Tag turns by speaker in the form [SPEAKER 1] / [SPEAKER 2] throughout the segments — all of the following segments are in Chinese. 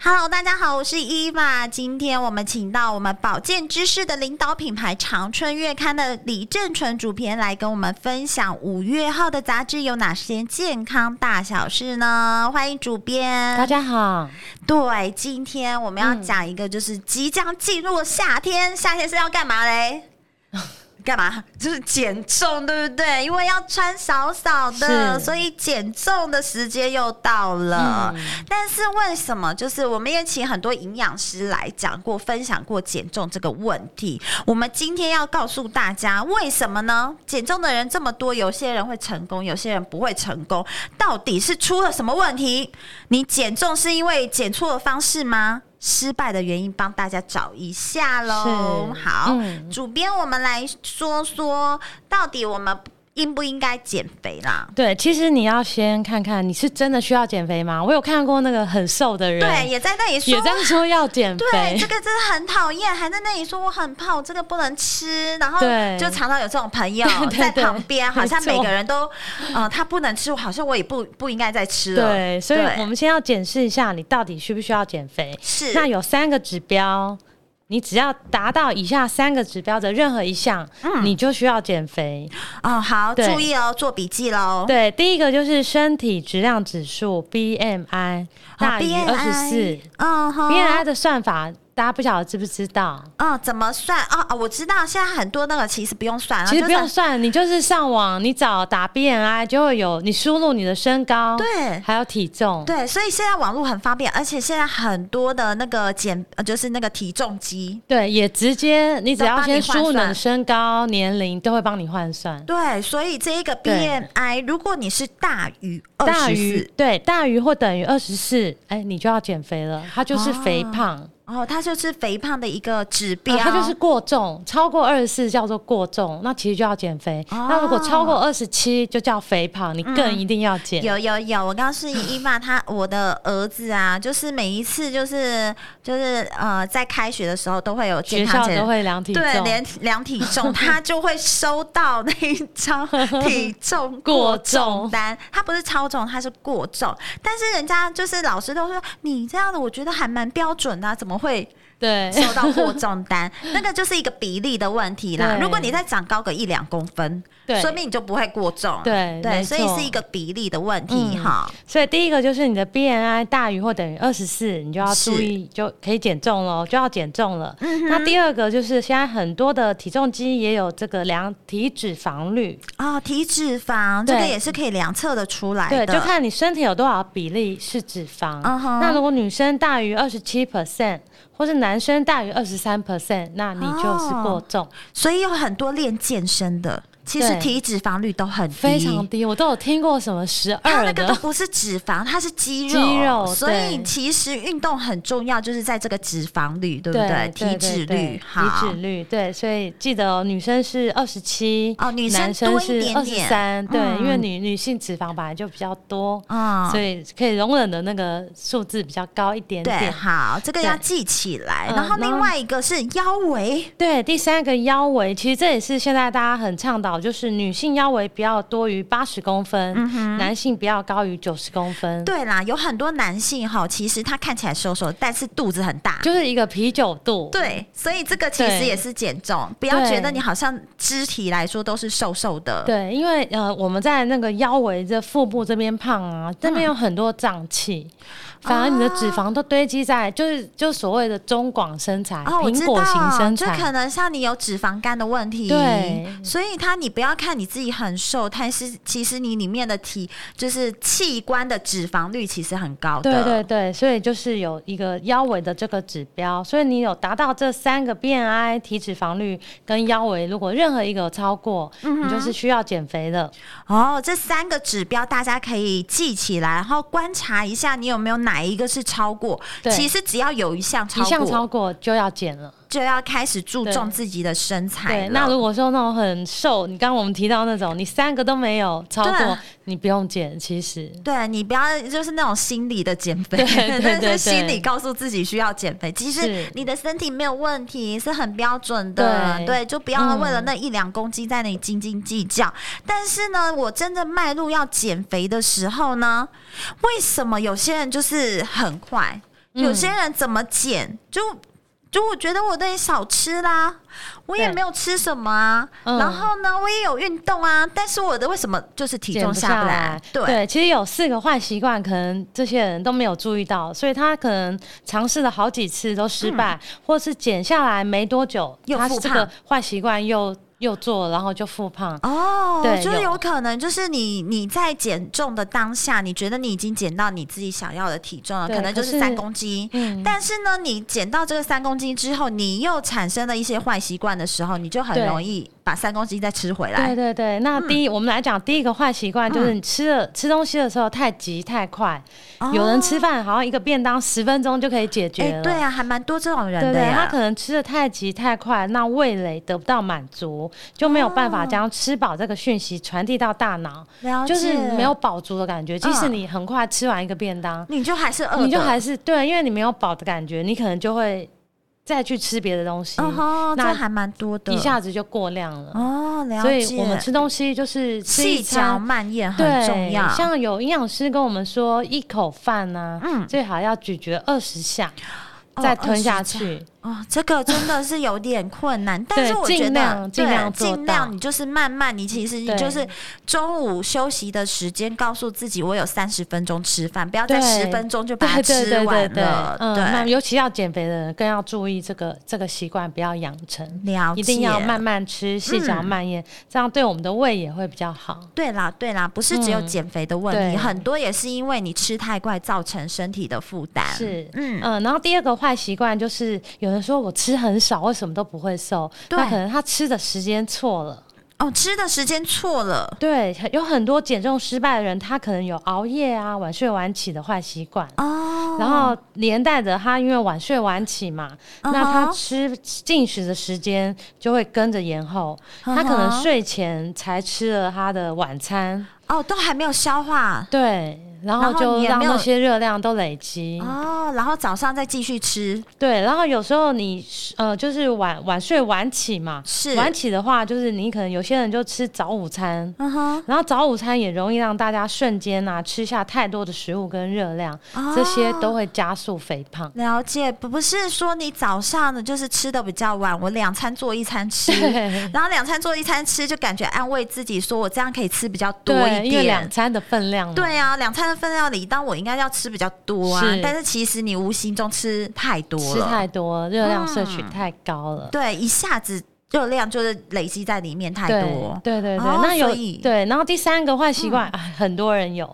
[SPEAKER 1] Hello，大家好，我是伊娃。今天我们请到我们保健知识的领导品牌《长春月刊》的李正纯主编来跟我们分享五月号的杂志有哪些健康大小事呢？欢迎主编。
[SPEAKER 2] 大家嗯好，
[SPEAKER 1] 对，今天我们要讲一个，就是即将进入夏天，夏天是要干嘛嘞？干嘛？就是减重，对不对？因为要穿少少的，
[SPEAKER 2] 是
[SPEAKER 1] 所以减重的时间又到了。但是为什么？就是我们也请很多营养师来讲过、分享过减重这个问题。我们今天要告诉大家，为什么呢？减重的人这么多，有些人会成功，有些人不会成功，到底是出了什么问题？你减重是因为减错了方式吗？失败的原因帮大家找一下喽。
[SPEAKER 2] 是
[SPEAKER 1] 好，
[SPEAKER 2] 嗯
[SPEAKER 1] 主编，我们来说说，到底我们应不应该减肥啦？
[SPEAKER 2] 对，其实你要先看看你是真的需要减肥吗？我有看过那个很瘦的人，
[SPEAKER 1] 对，也在那里说，
[SPEAKER 2] 啊也这样说要减
[SPEAKER 1] 对，
[SPEAKER 2] 肥
[SPEAKER 1] 这，个真的很讨厌，还在那里说我很胖，这个不能吃，然后
[SPEAKER 2] 对
[SPEAKER 1] 就常常有这种朋友
[SPEAKER 2] 对对
[SPEAKER 1] 在旁边，
[SPEAKER 2] 没
[SPEAKER 1] 好像每
[SPEAKER 2] 错
[SPEAKER 1] 个人都，呃，他不能吃，好像我也不不应该再吃了。
[SPEAKER 2] 对，所以我们先要检视一下你到底需不需要减肥。
[SPEAKER 1] 是
[SPEAKER 2] 那有三个指标，你只要达到以下三个指标的任何一项，
[SPEAKER 1] 嗯
[SPEAKER 2] 你就需要减肥。
[SPEAKER 1] 哦，好，
[SPEAKER 2] 对
[SPEAKER 1] 注意哦，做笔记喽。
[SPEAKER 2] 对，第一个就是身体质量指数 BMI
[SPEAKER 1] 哦
[SPEAKER 2] 大于二十四
[SPEAKER 1] 嗯哼
[SPEAKER 2] ，BMI 的算法大家不晓得知不知道？
[SPEAKER 1] 嗯，怎么算？哦哦，我知道，现在很多那个其实不用算，
[SPEAKER 2] 其实不
[SPEAKER 1] 就是
[SPEAKER 2] 用算，你就是上网，你找打 BMI 就会有，你输入你的身高，
[SPEAKER 1] 对
[SPEAKER 2] 还有体重，
[SPEAKER 1] 对，所以现在网络很方便，而且现在很多的那个减，呃就是那个体重机。
[SPEAKER 2] 对，也直接你只
[SPEAKER 1] 都
[SPEAKER 2] 要
[SPEAKER 1] 帮你
[SPEAKER 2] 先输入你
[SPEAKER 1] 换算
[SPEAKER 2] 的身高、年龄，都会帮你换算。
[SPEAKER 1] 对，所以这一个
[SPEAKER 2] 对
[SPEAKER 1] BMI，如果你是大于二
[SPEAKER 2] 大
[SPEAKER 1] 十
[SPEAKER 2] 于
[SPEAKER 1] 四，
[SPEAKER 2] 对大于或等于二十四，哎，你就要减肥了。它就是肥胖，
[SPEAKER 1] 哦，它就是肥胖的一个指标，
[SPEAKER 2] 呃它就是过重，超过二十四叫做过重，那其实就要减肥。
[SPEAKER 1] 哦嗯
[SPEAKER 2] 那如果超过二十七就叫肥胖，你更一定要减。
[SPEAKER 1] 有有有，我告诉你，伊玛他我的儿子啊，就是每一次就是就是呃，在开学的时候都会有健
[SPEAKER 2] 学
[SPEAKER 1] 康
[SPEAKER 2] 校
[SPEAKER 1] 检
[SPEAKER 2] 都会量体重，
[SPEAKER 1] 对，连量体重，他就会收到那一张 体重过重单。他不是超重，他是过重。但是人家就是老师都说你这样的，我觉得还蛮标准的啊、怎么会
[SPEAKER 2] 对
[SPEAKER 1] 收到过重单？那个就是一个比例的问题啦。
[SPEAKER 2] 对
[SPEAKER 1] 如果你再长高个一两公分，
[SPEAKER 2] 对
[SPEAKER 1] 说明你就不会过重。
[SPEAKER 2] 对
[SPEAKER 1] 对，
[SPEAKER 2] 没
[SPEAKER 1] 所
[SPEAKER 2] 错
[SPEAKER 1] 以是一个比例的问题
[SPEAKER 2] 嗯
[SPEAKER 1] 哈。
[SPEAKER 2] 所以第一个就是你的 BMI 大于或等于二十四，你就要
[SPEAKER 1] 是
[SPEAKER 2] 注意，就可以减重喽，就要减重了。
[SPEAKER 1] 嗯哼
[SPEAKER 2] 那第二个就是现在很多的体重机也有这个量体脂肪率，
[SPEAKER 1] 哦，体脂肪这个
[SPEAKER 2] 对
[SPEAKER 1] 也是可以量测的出来的。
[SPEAKER 2] 对，就看你身体有多少比例是脂肪。
[SPEAKER 1] 嗯哼
[SPEAKER 2] 那如果女生大于二十七 percent，或是男生大于二十三 percent，那你就是
[SPEAKER 1] 哦
[SPEAKER 2] 过重，
[SPEAKER 1] 所以有很多练健身的，其实
[SPEAKER 2] 对
[SPEAKER 1] 体脂肪率都很低，
[SPEAKER 2] 非常。低。我都有听过什么十
[SPEAKER 1] 它那
[SPEAKER 2] 二
[SPEAKER 1] 个都
[SPEAKER 2] 的，
[SPEAKER 1] 不是脂肪，它是肌肉，
[SPEAKER 2] 肌肉
[SPEAKER 1] 所以
[SPEAKER 2] 对
[SPEAKER 1] 其实运动很重要，就是在这个脂肪率，对不体脂率，
[SPEAKER 2] 体
[SPEAKER 1] 好
[SPEAKER 2] 脂，率对，所以记得哦，女生是二十七
[SPEAKER 1] 哦女生
[SPEAKER 2] 男生
[SPEAKER 1] 多一
[SPEAKER 2] 是
[SPEAKER 1] 点
[SPEAKER 2] 二十
[SPEAKER 1] 点
[SPEAKER 2] 三，对，因为
[SPEAKER 1] 嗯
[SPEAKER 2] 女女性脂肪本来就比较多，
[SPEAKER 1] 嗯
[SPEAKER 2] 所以可以容忍的那个数字比较高一点
[SPEAKER 1] 对，
[SPEAKER 2] 点。
[SPEAKER 1] 好，这个
[SPEAKER 2] 对
[SPEAKER 1] 要记起来。
[SPEAKER 2] 嗯
[SPEAKER 1] 然后
[SPEAKER 2] 然
[SPEAKER 1] 另
[SPEAKER 2] 后
[SPEAKER 1] 外一个是腰围，
[SPEAKER 2] 对，第三个腰围，其实这也是现在大家很倡导好，就是女性腰围不要多于八十公分，男性不要高于九十公分。
[SPEAKER 1] 嗯对啦，有很多男性哈，其实他看起来瘦瘦，但是肚子很大。
[SPEAKER 2] 就是一个啤酒肚，
[SPEAKER 1] 对，所以这个其实
[SPEAKER 2] 对
[SPEAKER 1] 也是减重，不要
[SPEAKER 2] 对
[SPEAKER 1] 觉得你好像肢体来说都是瘦瘦的。
[SPEAKER 2] 对，因为呃，我们在那个腰围这腹部这边胖啊，这边有很多胀气，
[SPEAKER 1] 嗯
[SPEAKER 2] 反而你的脂肪都堆积在，就是就所谓的中广身材、
[SPEAKER 1] 哦，我
[SPEAKER 2] 苹
[SPEAKER 1] 知
[SPEAKER 2] 果型
[SPEAKER 1] 道，
[SPEAKER 2] 身
[SPEAKER 1] 就可
[SPEAKER 2] 材，
[SPEAKER 1] 能像你有脂肪肝的问题，
[SPEAKER 2] 对
[SPEAKER 1] 所以它你不要看你自己很瘦，但是其实你里面的体就是器官的脂肪率其实很高的，
[SPEAKER 2] 对对对，所以就是有一个腰围的这个指标，所以你有达到这三个 BMI、体脂肪率跟腰围，如果任何一个有超过，
[SPEAKER 1] 嗯
[SPEAKER 2] 你就是需要减肥的。
[SPEAKER 1] 哦，这三个指标大家可以记起来，然后观察一下你有没有哪一个是超过。
[SPEAKER 2] 对
[SPEAKER 1] 其实只要有一项超
[SPEAKER 2] 一项
[SPEAKER 1] 过，
[SPEAKER 2] 超过就要减了。
[SPEAKER 1] 就要开始注重
[SPEAKER 2] 对
[SPEAKER 1] 自己的身材
[SPEAKER 2] 对，
[SPEAKER 1] 了。
[SPEAKER 2] 那如果说那种很瘦，你刚刚我们提到那种，你三个都没有超
[SPEAKER 1] 对
[SPEAKER 2] 过
[SPEAKER 1] 啊，
[SPEAKER 2] 你不用减。其实，
[SPEAKER 1] 对你不要就是那种心理的减肥，
[SPEAKER 2] 对 对对
[SPEAKER 1] 但是
[SPEAKER 2] 对
[SPEAKER 1] 心理告诉自己需要减肥，其实
[SPEAKER 2] 是
[SPEAKER 1] 你的身体没有问题，是很标准的，对，
[SPEAKER 2] 对嗯
[SPEAKER 1] 就不要为了那一两公斤在那里斤斤计较。但是呢，我真的迈入要减肥的时候呢，为什么有些人就是很快，
[SPEAKER 2] 嗯
[SPEAKER 1] 有些人怎么减就。就我觉得我得少吃啦，我也
[SPEAKER 2] 对
[SPEAKER 1] 没有吃什么啊，
[SPEAKER 2] 嗯
[SPEAKER 1] 然后呢，我也有运动啊，但是我的为什么就是体
[SPEAKER 2] 减
[SPEAKER 1] 重
[SPEAKER 2] 不
[SPEAKER 1] 下不来？
[SPEAKER 2] 对其实有四个坏习惯，可能这些人都没有注意到，所以他可能尝试了好几次都失败，或是减下来没多久，
[SPEAKER 1] 嗯又
[SPEAKER 2] 他
[SPEAKER 1] 复
[SPEAKER 2] 这
[SPEAKER 1] 胖
[SPEAKER 2] 个坏习惯又又做，然后就复胖。
[SPEAKER 1] 哦，
[SPEAKER 2] 对
[SPEAKER 1] 就是
[SPEAKER 2] 有
[SPEAKER 1] 有可能，就是你你在减重的当下，你觉得你已经减到你自己想要的体重了，
[SPEAKER 2] 对
[SPEAKER 1] 可能就是
[SPEAKER 2] 可是
[SPEAKER 1] 三公斤。
[SPEAKER 2] 嗯，
[SPEAKER 1] 但是呢，你减到这个三公斤之后，你又产生了一些坏习惯的时候，你就很
[SPEAKER 2] 对
[SPEAKER 1] 容易把三公斤再吃回
[SPEAKER 2] 对
[SPEAKER 1] 来。嗯
[SPEAKER 2] 对对，那第一，我们来讲第一个坏习惯，就是你吃了、吃东西的时候太急太快。
[SPEAKER 1] 哦
[SPEAKER 2] 有人吃饭好像一个便当十分钟就可以解决
[SPEAKER 1] 哎、
[SPEAKER 2] 了。
[SPEAKER 1] 对啊，还蛮多这种人
[SPEAKER 2] 对
[SPEAKER 1] 的
[SPEAKER 2] 对，他
[SPEAKER 1] 呀。
[SPEAKER 2] 可能吃的太急太快，那味蕾得不到满足，就没有办法将吃饱这个讯息传递到大脑，
[SPEAKER 1] 哦了解，
[SPEAKER 2] 就是没有，饱足的感觉。即使
[SPEAKER 1] 嗯
[SPEAKER 2] 你很快吃完一个便当，
[SPEAKER 1] 你就还是饿的，哦
[SPEAKER 2] 你就还是对，因为你没有饱的感觉，你可能就会再去吃别的东西，
[SPEAKER 1] 嗯哼，这
[SPEAKER 2] 那
[SPEAKER 1] 还蛮多的。
[SPEAKER 2] 一下子就过量了。
[SPEAKER 1] 哦，了
[SPEAKER 2] 所
[SPEAKER 1] 解。
[SPEAKER 2] 以我们吃东西就是吃一
[SPEAKER 1] 细嚼
[SPEAKER 2] 餐。
[SPEAKER 1] 慢咽很
[SPEAKER 2] 对，
[SPEAKER 1] 重要。
[SPEAKER 2] 像有营养师跟我们说，一口饭呢、
[SPEAKER 1] 嗯
[SPEAKER 2] 最好要咀嚼二十下，
[SPEAKER 1] 哦
[SPEAKER 2] 再吞下
[SPEAKER 1] 20下
[SPEAKER 2] 去。
[SPEAKER 1] 哦，这个真的是有点困难，但是我觉得
[SPEAKER 2] 尽量
[SPEAKER 1] 对
[SPEAKER 2] 尽量做到
[SPEAKER 1] 尽量你就是慢慢，你其实你
[SPEAKER 2] 对
[SPEAKER 1] 就是中午休息的时间，告诉自己我有三十分钟吃饭，不要在
[SPEAKER 2] 对
[SPEAKER 1] 十分钟就把它吃完了。
[SPEAKER 2] 嗯，那尤其要减肥的人更要注意这个这个习惯，不要养成，
[SPEAKER 1] 了解，嗯
[SPEAKER 2] 一定要慢慢吃，细嚼慢咽，这样对我们的胃也会比较好。
[SPEAKER 1] 对啦，对啦，不是只有减肥的问
[SPEAKER 2] 嗯
[SPEAKER 1] 题，
[SPEAKER 2] 对
[SPEAKER 1] 很多也是因为你吃太快造成身体的负担。
[SPEAKER 2] 是，
[SPEAKER 1] 嗯
[SPEAKER 2] 嗯然后第二个坏习惯就是有人说我吃很少，为什么都不会瘦？
[SPEAKER 1] 对
[SPEAKER 2] 那可能他吃的时间错了。
[SPEAKER 1] 哦，吃的时间错了。
[SPEAKER 2] 对，有很多减重失败的人，他可能有熬夜啊、晚睡晚起的坏习惯。
[SPEAKER 1] 哦，
[SPEAKER 2] 然后连带着他因为晚睡晚起嘛，
[SPEAKER 1] 嗯哼
[SPEAKER 2] 那他吃进食的时间就会跟着延后。
[SPEAKER 1] 嗯哼
[SPEAKER 2] 他可能睡前才吃了他的晚餐，
[SPEAKER 1] 哦，都还没有消化
[SPEAKER 2] 对，然后
[SPEAKER 1] 然后
[SPEAKER 2] 就
[SPEAKER 1] 你也
[SPEAKER 2] 让
[SPEAKER 1] 没有
[SPEAKER 2] 那些热量都累积。
[SPEAKER 1] 哦，然后早上再继续吃，
[SPEAKER 2] 对，然后有时候你呃就是晚晚睡晚起嘛，
[SPEAKER 1] 是
[SPEAKER 2] 晚起的话就是你可能有些人就吃早午餐。
[SPEAKER 1] 嗯哼，
[SPEAKER 2] 然后早午餐也容易让大家瞬间啊吃下太多的食物跟热量，这些
[SPEAKER 1] 哦
[SPEAKER 2] 都会加速肥胖。
[SPEAKER 1] 了解，不不是说你早上呢就是吃的比较晚，我两餐做一餐 吃，
[SPEAKER 2] 对
[SPEAKER 1] 然后两餐做一餐吃，就感觉安慰自己说我这样可以吃比较多
[SPEAKER 2] 对，
[SPEAKER 1] 一
[SPEAKER 2] 因为两
[SPEAKER 1] 点。
[SPEAKER 2] 餐的分量嘛。
[SPEAKER 1] 对啊，两餐的分量里，当我应该要吃比较多啊，
[SPEAKER 2] 是
[SPEAKER 1] 但是其实你无形中吃太多
[SPEAKER 2] 吃
[SPEAKER 1] 了，
[SPEAKER 2] 太多，热量摄取太高了。
[SPEAKER 1] 对，一下子热量就是累积在里面太
[SPEAKER 2] 对
[SPEAKER 1] 多。
[SPEAKER 2] 对对对，
[SPEAKER 1] 哦
[SPEAKER 2] 那有
[SPEAKER 1] 所以嗯
[SPEAKER 2] 对，然后第三个坏习惯，哎很多人有，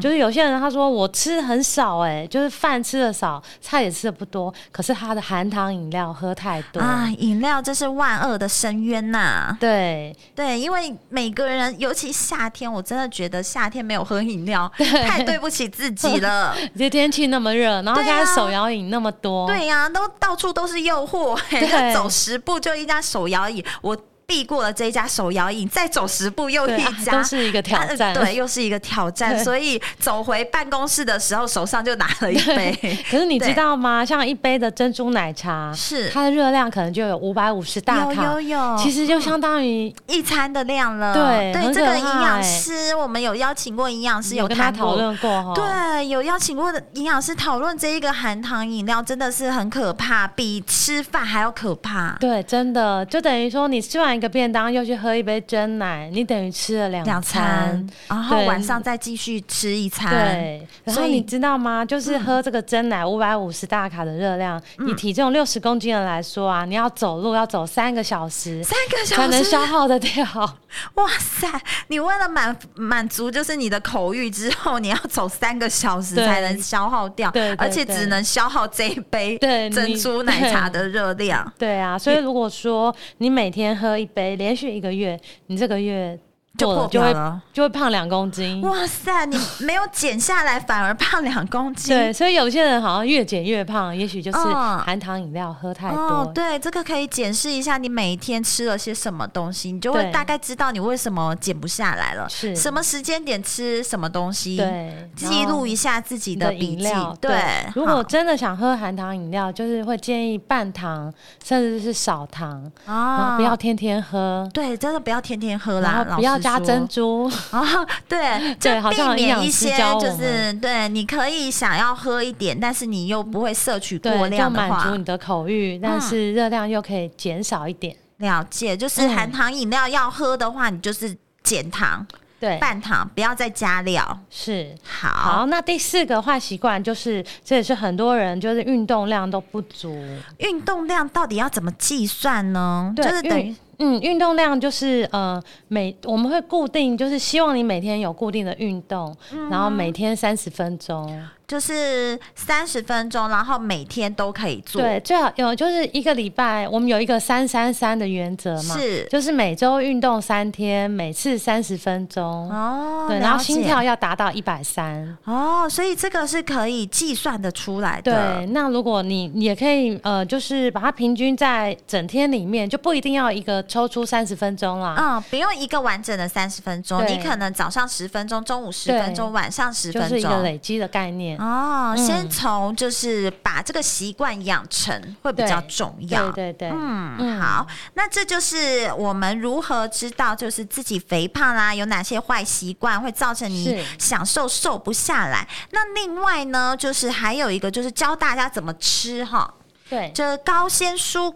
[SPEAKER 2] 就是有些人他说我吃很少，哎，就是饭吃的少，菜也吃的不多，可是他的含糖饮料喝太多，
[SPEAKER 1] 啊，饮料这是万恶的深渊呐、
[SPEAKER 2] 对
[SPEAKER 1] 对，因为每个人，尤其夏天，我真的觉得夏天没有喝饮 料，太对不起自己了。
[SPEAKER 2] 这天气那么热，然后
[SPEAKER 1] 对啊
[SPEAKER 2] 现在手摇饮那么多，
[SPEAKER 1] 对呀、都到处都是诱惑、嘿
[SPEAKER 2] 哦
[SPEAKER 1] 哎
[SPEAKER 2] 对
[SPEAKER 1] 走十步就一家手摇椅，我。避过了这一家手摇饮，再走十步又
[SPEAKER 2] 对
[SPEAKER 1] 一
[SPEAKER 2] 啊
[SPEAKER 1] 家，
[SPEAKER 2] 都是一个挑战
[SPEAKER 1] 啊对，又是一个挑战。
[SPEAKER 2] 对
[SPEAKER 1] 所以走回办公室的时候，手上就拿了一杯。
[SPEAKER 2] 可是你
[SPEAKER 1] 对
[SPEAKER 2] 知道吗？像一杯的珍珠奶茶，
[SPEAKER 1] 是
[SPEAKER 2] 它的热量可能就有五百五十大
[SPEAKER 1] 有
[SPEAKER 2] 卡，
[SPEAKER 1] 有有
[SPEAKER 2] 其实就相当于
[SPEAKER 1] 一餐的量了，
[SPEAKER 2] 对很
[SPEAKER 1] 这个
[SPEAKER 2] 可
[SPEAKER 1] 营
[SPEAKER 2] 怕
[SPEAKER 1] 养
[SPEAKER 2] 欸
[SPEAKER 1] 师，我们有邀请过营养师，
[SPEAKER 2] 有跟他
[SPEAKER 1] 谈
[SPEAKER 2] 讨
[SPEAKER 1] 过，
[SPEAKER 2] 论过哈。
[SPEAKER 1] 对，有邀请过的营养师讨论这一个含糖饮料，真的是很可怕，比吃饭还要可怕。
[SPEAKER 2] 对，真的就等于说，你吃完一个便当，又去喝一杯真奶，你等于吃了两
[SPEAKER 1] 两餐，然后
[SPEAKER 2] 对
[SPEAKER 1] 晚上再继续吃一餐，
[SPEAKER 2] 对，
[SPEAKER 1] 所
[SPEAKER 2] 然后你
[SPEAKER 1] 以嗯
[SPEAKER 2] 知道吗？就是喝这个真奶五百五十大卡的热量，以体重六十公斤的来说啊，你要走路要走三个小时，
[SPEAKER 1] 三个
[SPEAKER 2] 才
[SPEAKER 1] 小
[SPEAKER 2] 能
[SPEAKER 1] 时
[SPEAKER 2] 消，耗得掉。
[SPEAKER 1] 哇塞！你为了满满足就是你的口欲之后，你要走三个小时
[SPEAKER 2] 对
[SPEAKER 1] 才能消耗掉，
[SPEAKER 2] 对对
[SPEAKER 1] 而且
[SPEAKER 2] 对
[SPEAKER 1] 只能消耗这一杯
[SPEAKER 2] 对你
[SPEAKER 1] 珍珠奶茶的热量，
[SPEAKER 2] 对啊，所以如果说你每天喝一杯，连续一个月，你这个月
[SPEAKER 1] 就破
[SPEAKER 2] 过了就
[SPEAKER 1] 表
[SPEAKER 2] 会
[SPEAKER 1] 了。
[SPEAKER 2] 就会胖两公斤。
[SPEAKER 1] 哇塞！ 你没有减下来，反而胖两公斤。
[SPEAKER 2] 对，所以有些人好像越减越胖，也许就是
[SPEAKER 1] 嗯
[SPEAKER 2] 含糖饮料喝太多。
[SPEAKER 1] 哦，对，这个可以检视一下你每一天吃了些什么东西，你就会
[SPEAKER 2] 对
[SPEAKER 1] 大概知道你为什么减不下来了，
[SPEAKER 2] 是
[SPEAKER 1] 什么时间点吃什么东西，
[SPEAKER 2] 对
[SPEAKER 1] 记录一下自己
[SPEAKER 2] 你
[SPEAKER 1] 的
[SPEAKER 2] 的
[SPEAKER 1] 笔
[SPEAKER 2] 饮
[SPEAKER 1] 记
[SPEAKER 2] 料。。
[SPEAKER 1] 对，
[SPEAKER 2] 如果
[SPEAKER 1] 好哦
[SPEAKER 2] 真的想喝含糖饮料，就是会建议半糖，甚至是少糖，然
[SPEAKER 1] 啊
[SPEAKER 2] 后不要天天喝，
[SPEAKER 1] 对，真的不要天天喝啦
[SPEAKER 2] 然，
[SPEAKER 1] 老
[SPEAKER 2] 后不要
[SPEAKER 1] 实
[SPEAKER 2] 加
[SPEAKER 1] 说
[SPEAKER 2] 珍珠。
[SPEAKER 1] 啊，对，就
[SPEAKER 2] 对好像
[SPEAKER 1] 避
[SPEAKER 2] 营
[SPEAKER 1] 免
[SPEAKER 2] 养
[SPEAKER 1] 一
[SPEAKER 2] 师
[SPEAKER 1] 些
[SPEAKER 2] 教我
[SPEAKER 1] 就是对，你可以想要喝一点，但是你又不会摄取过
[SPEAKER 2] 对，就
[SPEAKER 1] 量的
[SPEAKER 2] 满足
[SPEAKER 1] 话啊
[SPEAKER 2] 你，的口欲，但是热量又可以减少一点。
[SPEAKER 1] 了解，就是
[SPEAKER 2] 嗯
[SPEAKER 1] 含糖饮料要喝的话，你就是减糖、
[SPEAKER 2] 对，
[SPEAKER 1] 半糖，不要再加料。
[SPEAKER 2] 是。
[SPEAKER 1] 好
[SPEAKER 2] 好，那第四个坏习惯就是，这也是很多人就是运动量都不足。
[SPEAKER 1] 运动量到底要怎么计算呢？就
[SPEAKER 2] 对
[SPEAKER 1] 是等于
[SPEAKER 2] 运嗯，运动量就是呃每我们会固定，就是希望你每天有固定的运动，
[SPEAKER 1] 嗯
[SPEAKER 2] 然后每天三十分钟。
[SPEAKER 1] 就是三十分钟，然后每天都可以做。
[SPEAKER 2] 对，最好有就是一个礼拜，我们有一个三三三的原则嘛，
[SPEAKER 1] 是
[SPEAKER 2] 就是每周运动三天，每次三十分钟。
[SPEAKER 1] 哦，
[SPEAKER 2] 对，然后
[SPEAKER 1] 了解
[SPEAKER 2] 心跳要达到一百三。
[SPEAKER 1] 哦，所以这个是可以计算的出来
[SPEAKER 2] 对
[SPEAKER 1] 的。，
[SPEAKER 2] 那如果你你也可以呃，就是把它平均在整天里面，就不一定要一个抽出三十分钟啦。
[SPEAKER 1] 嗯，不用一个完整的三十分钟，
[SPEAKER 2] 对
[SPEAKER 1] 你可能早上十分钟，中午十
[SPEAKER 2] 对
[SPEAKER 1] 分钟，晚上十
[SPEAKER 2] 就
[SPEAKER 1] 分
[SPEAKER 2] 是一个
[SPEAKER 1] 钟。
[SPEAKER 2] 累积的概念，
[SPEAKER 1] 哦，先
[SPEAKER 2] 嗯
[SPEAKER 1] 从就是把这个习惯养成会比
[SPEAKER 2] 对
[SPEAKER 1] 较重要
[SPEAKER 2] 对。对对，
[SPEAKER 1] 嗯，
[SPEAKER 2] 嗯
[SPEAKER 1] 好，那这就是我们如何知道就是自己肥胖啦，有哪些坏习惯会造成你
[SPEAKER 2] 是
[SPEAKER 1] 享受瘦不下来。那另外呢，就是还有一个就是教大家怎么吃哈，
[SPEAKER 2] 对，
[SPEAKER 1] 这高纤蔬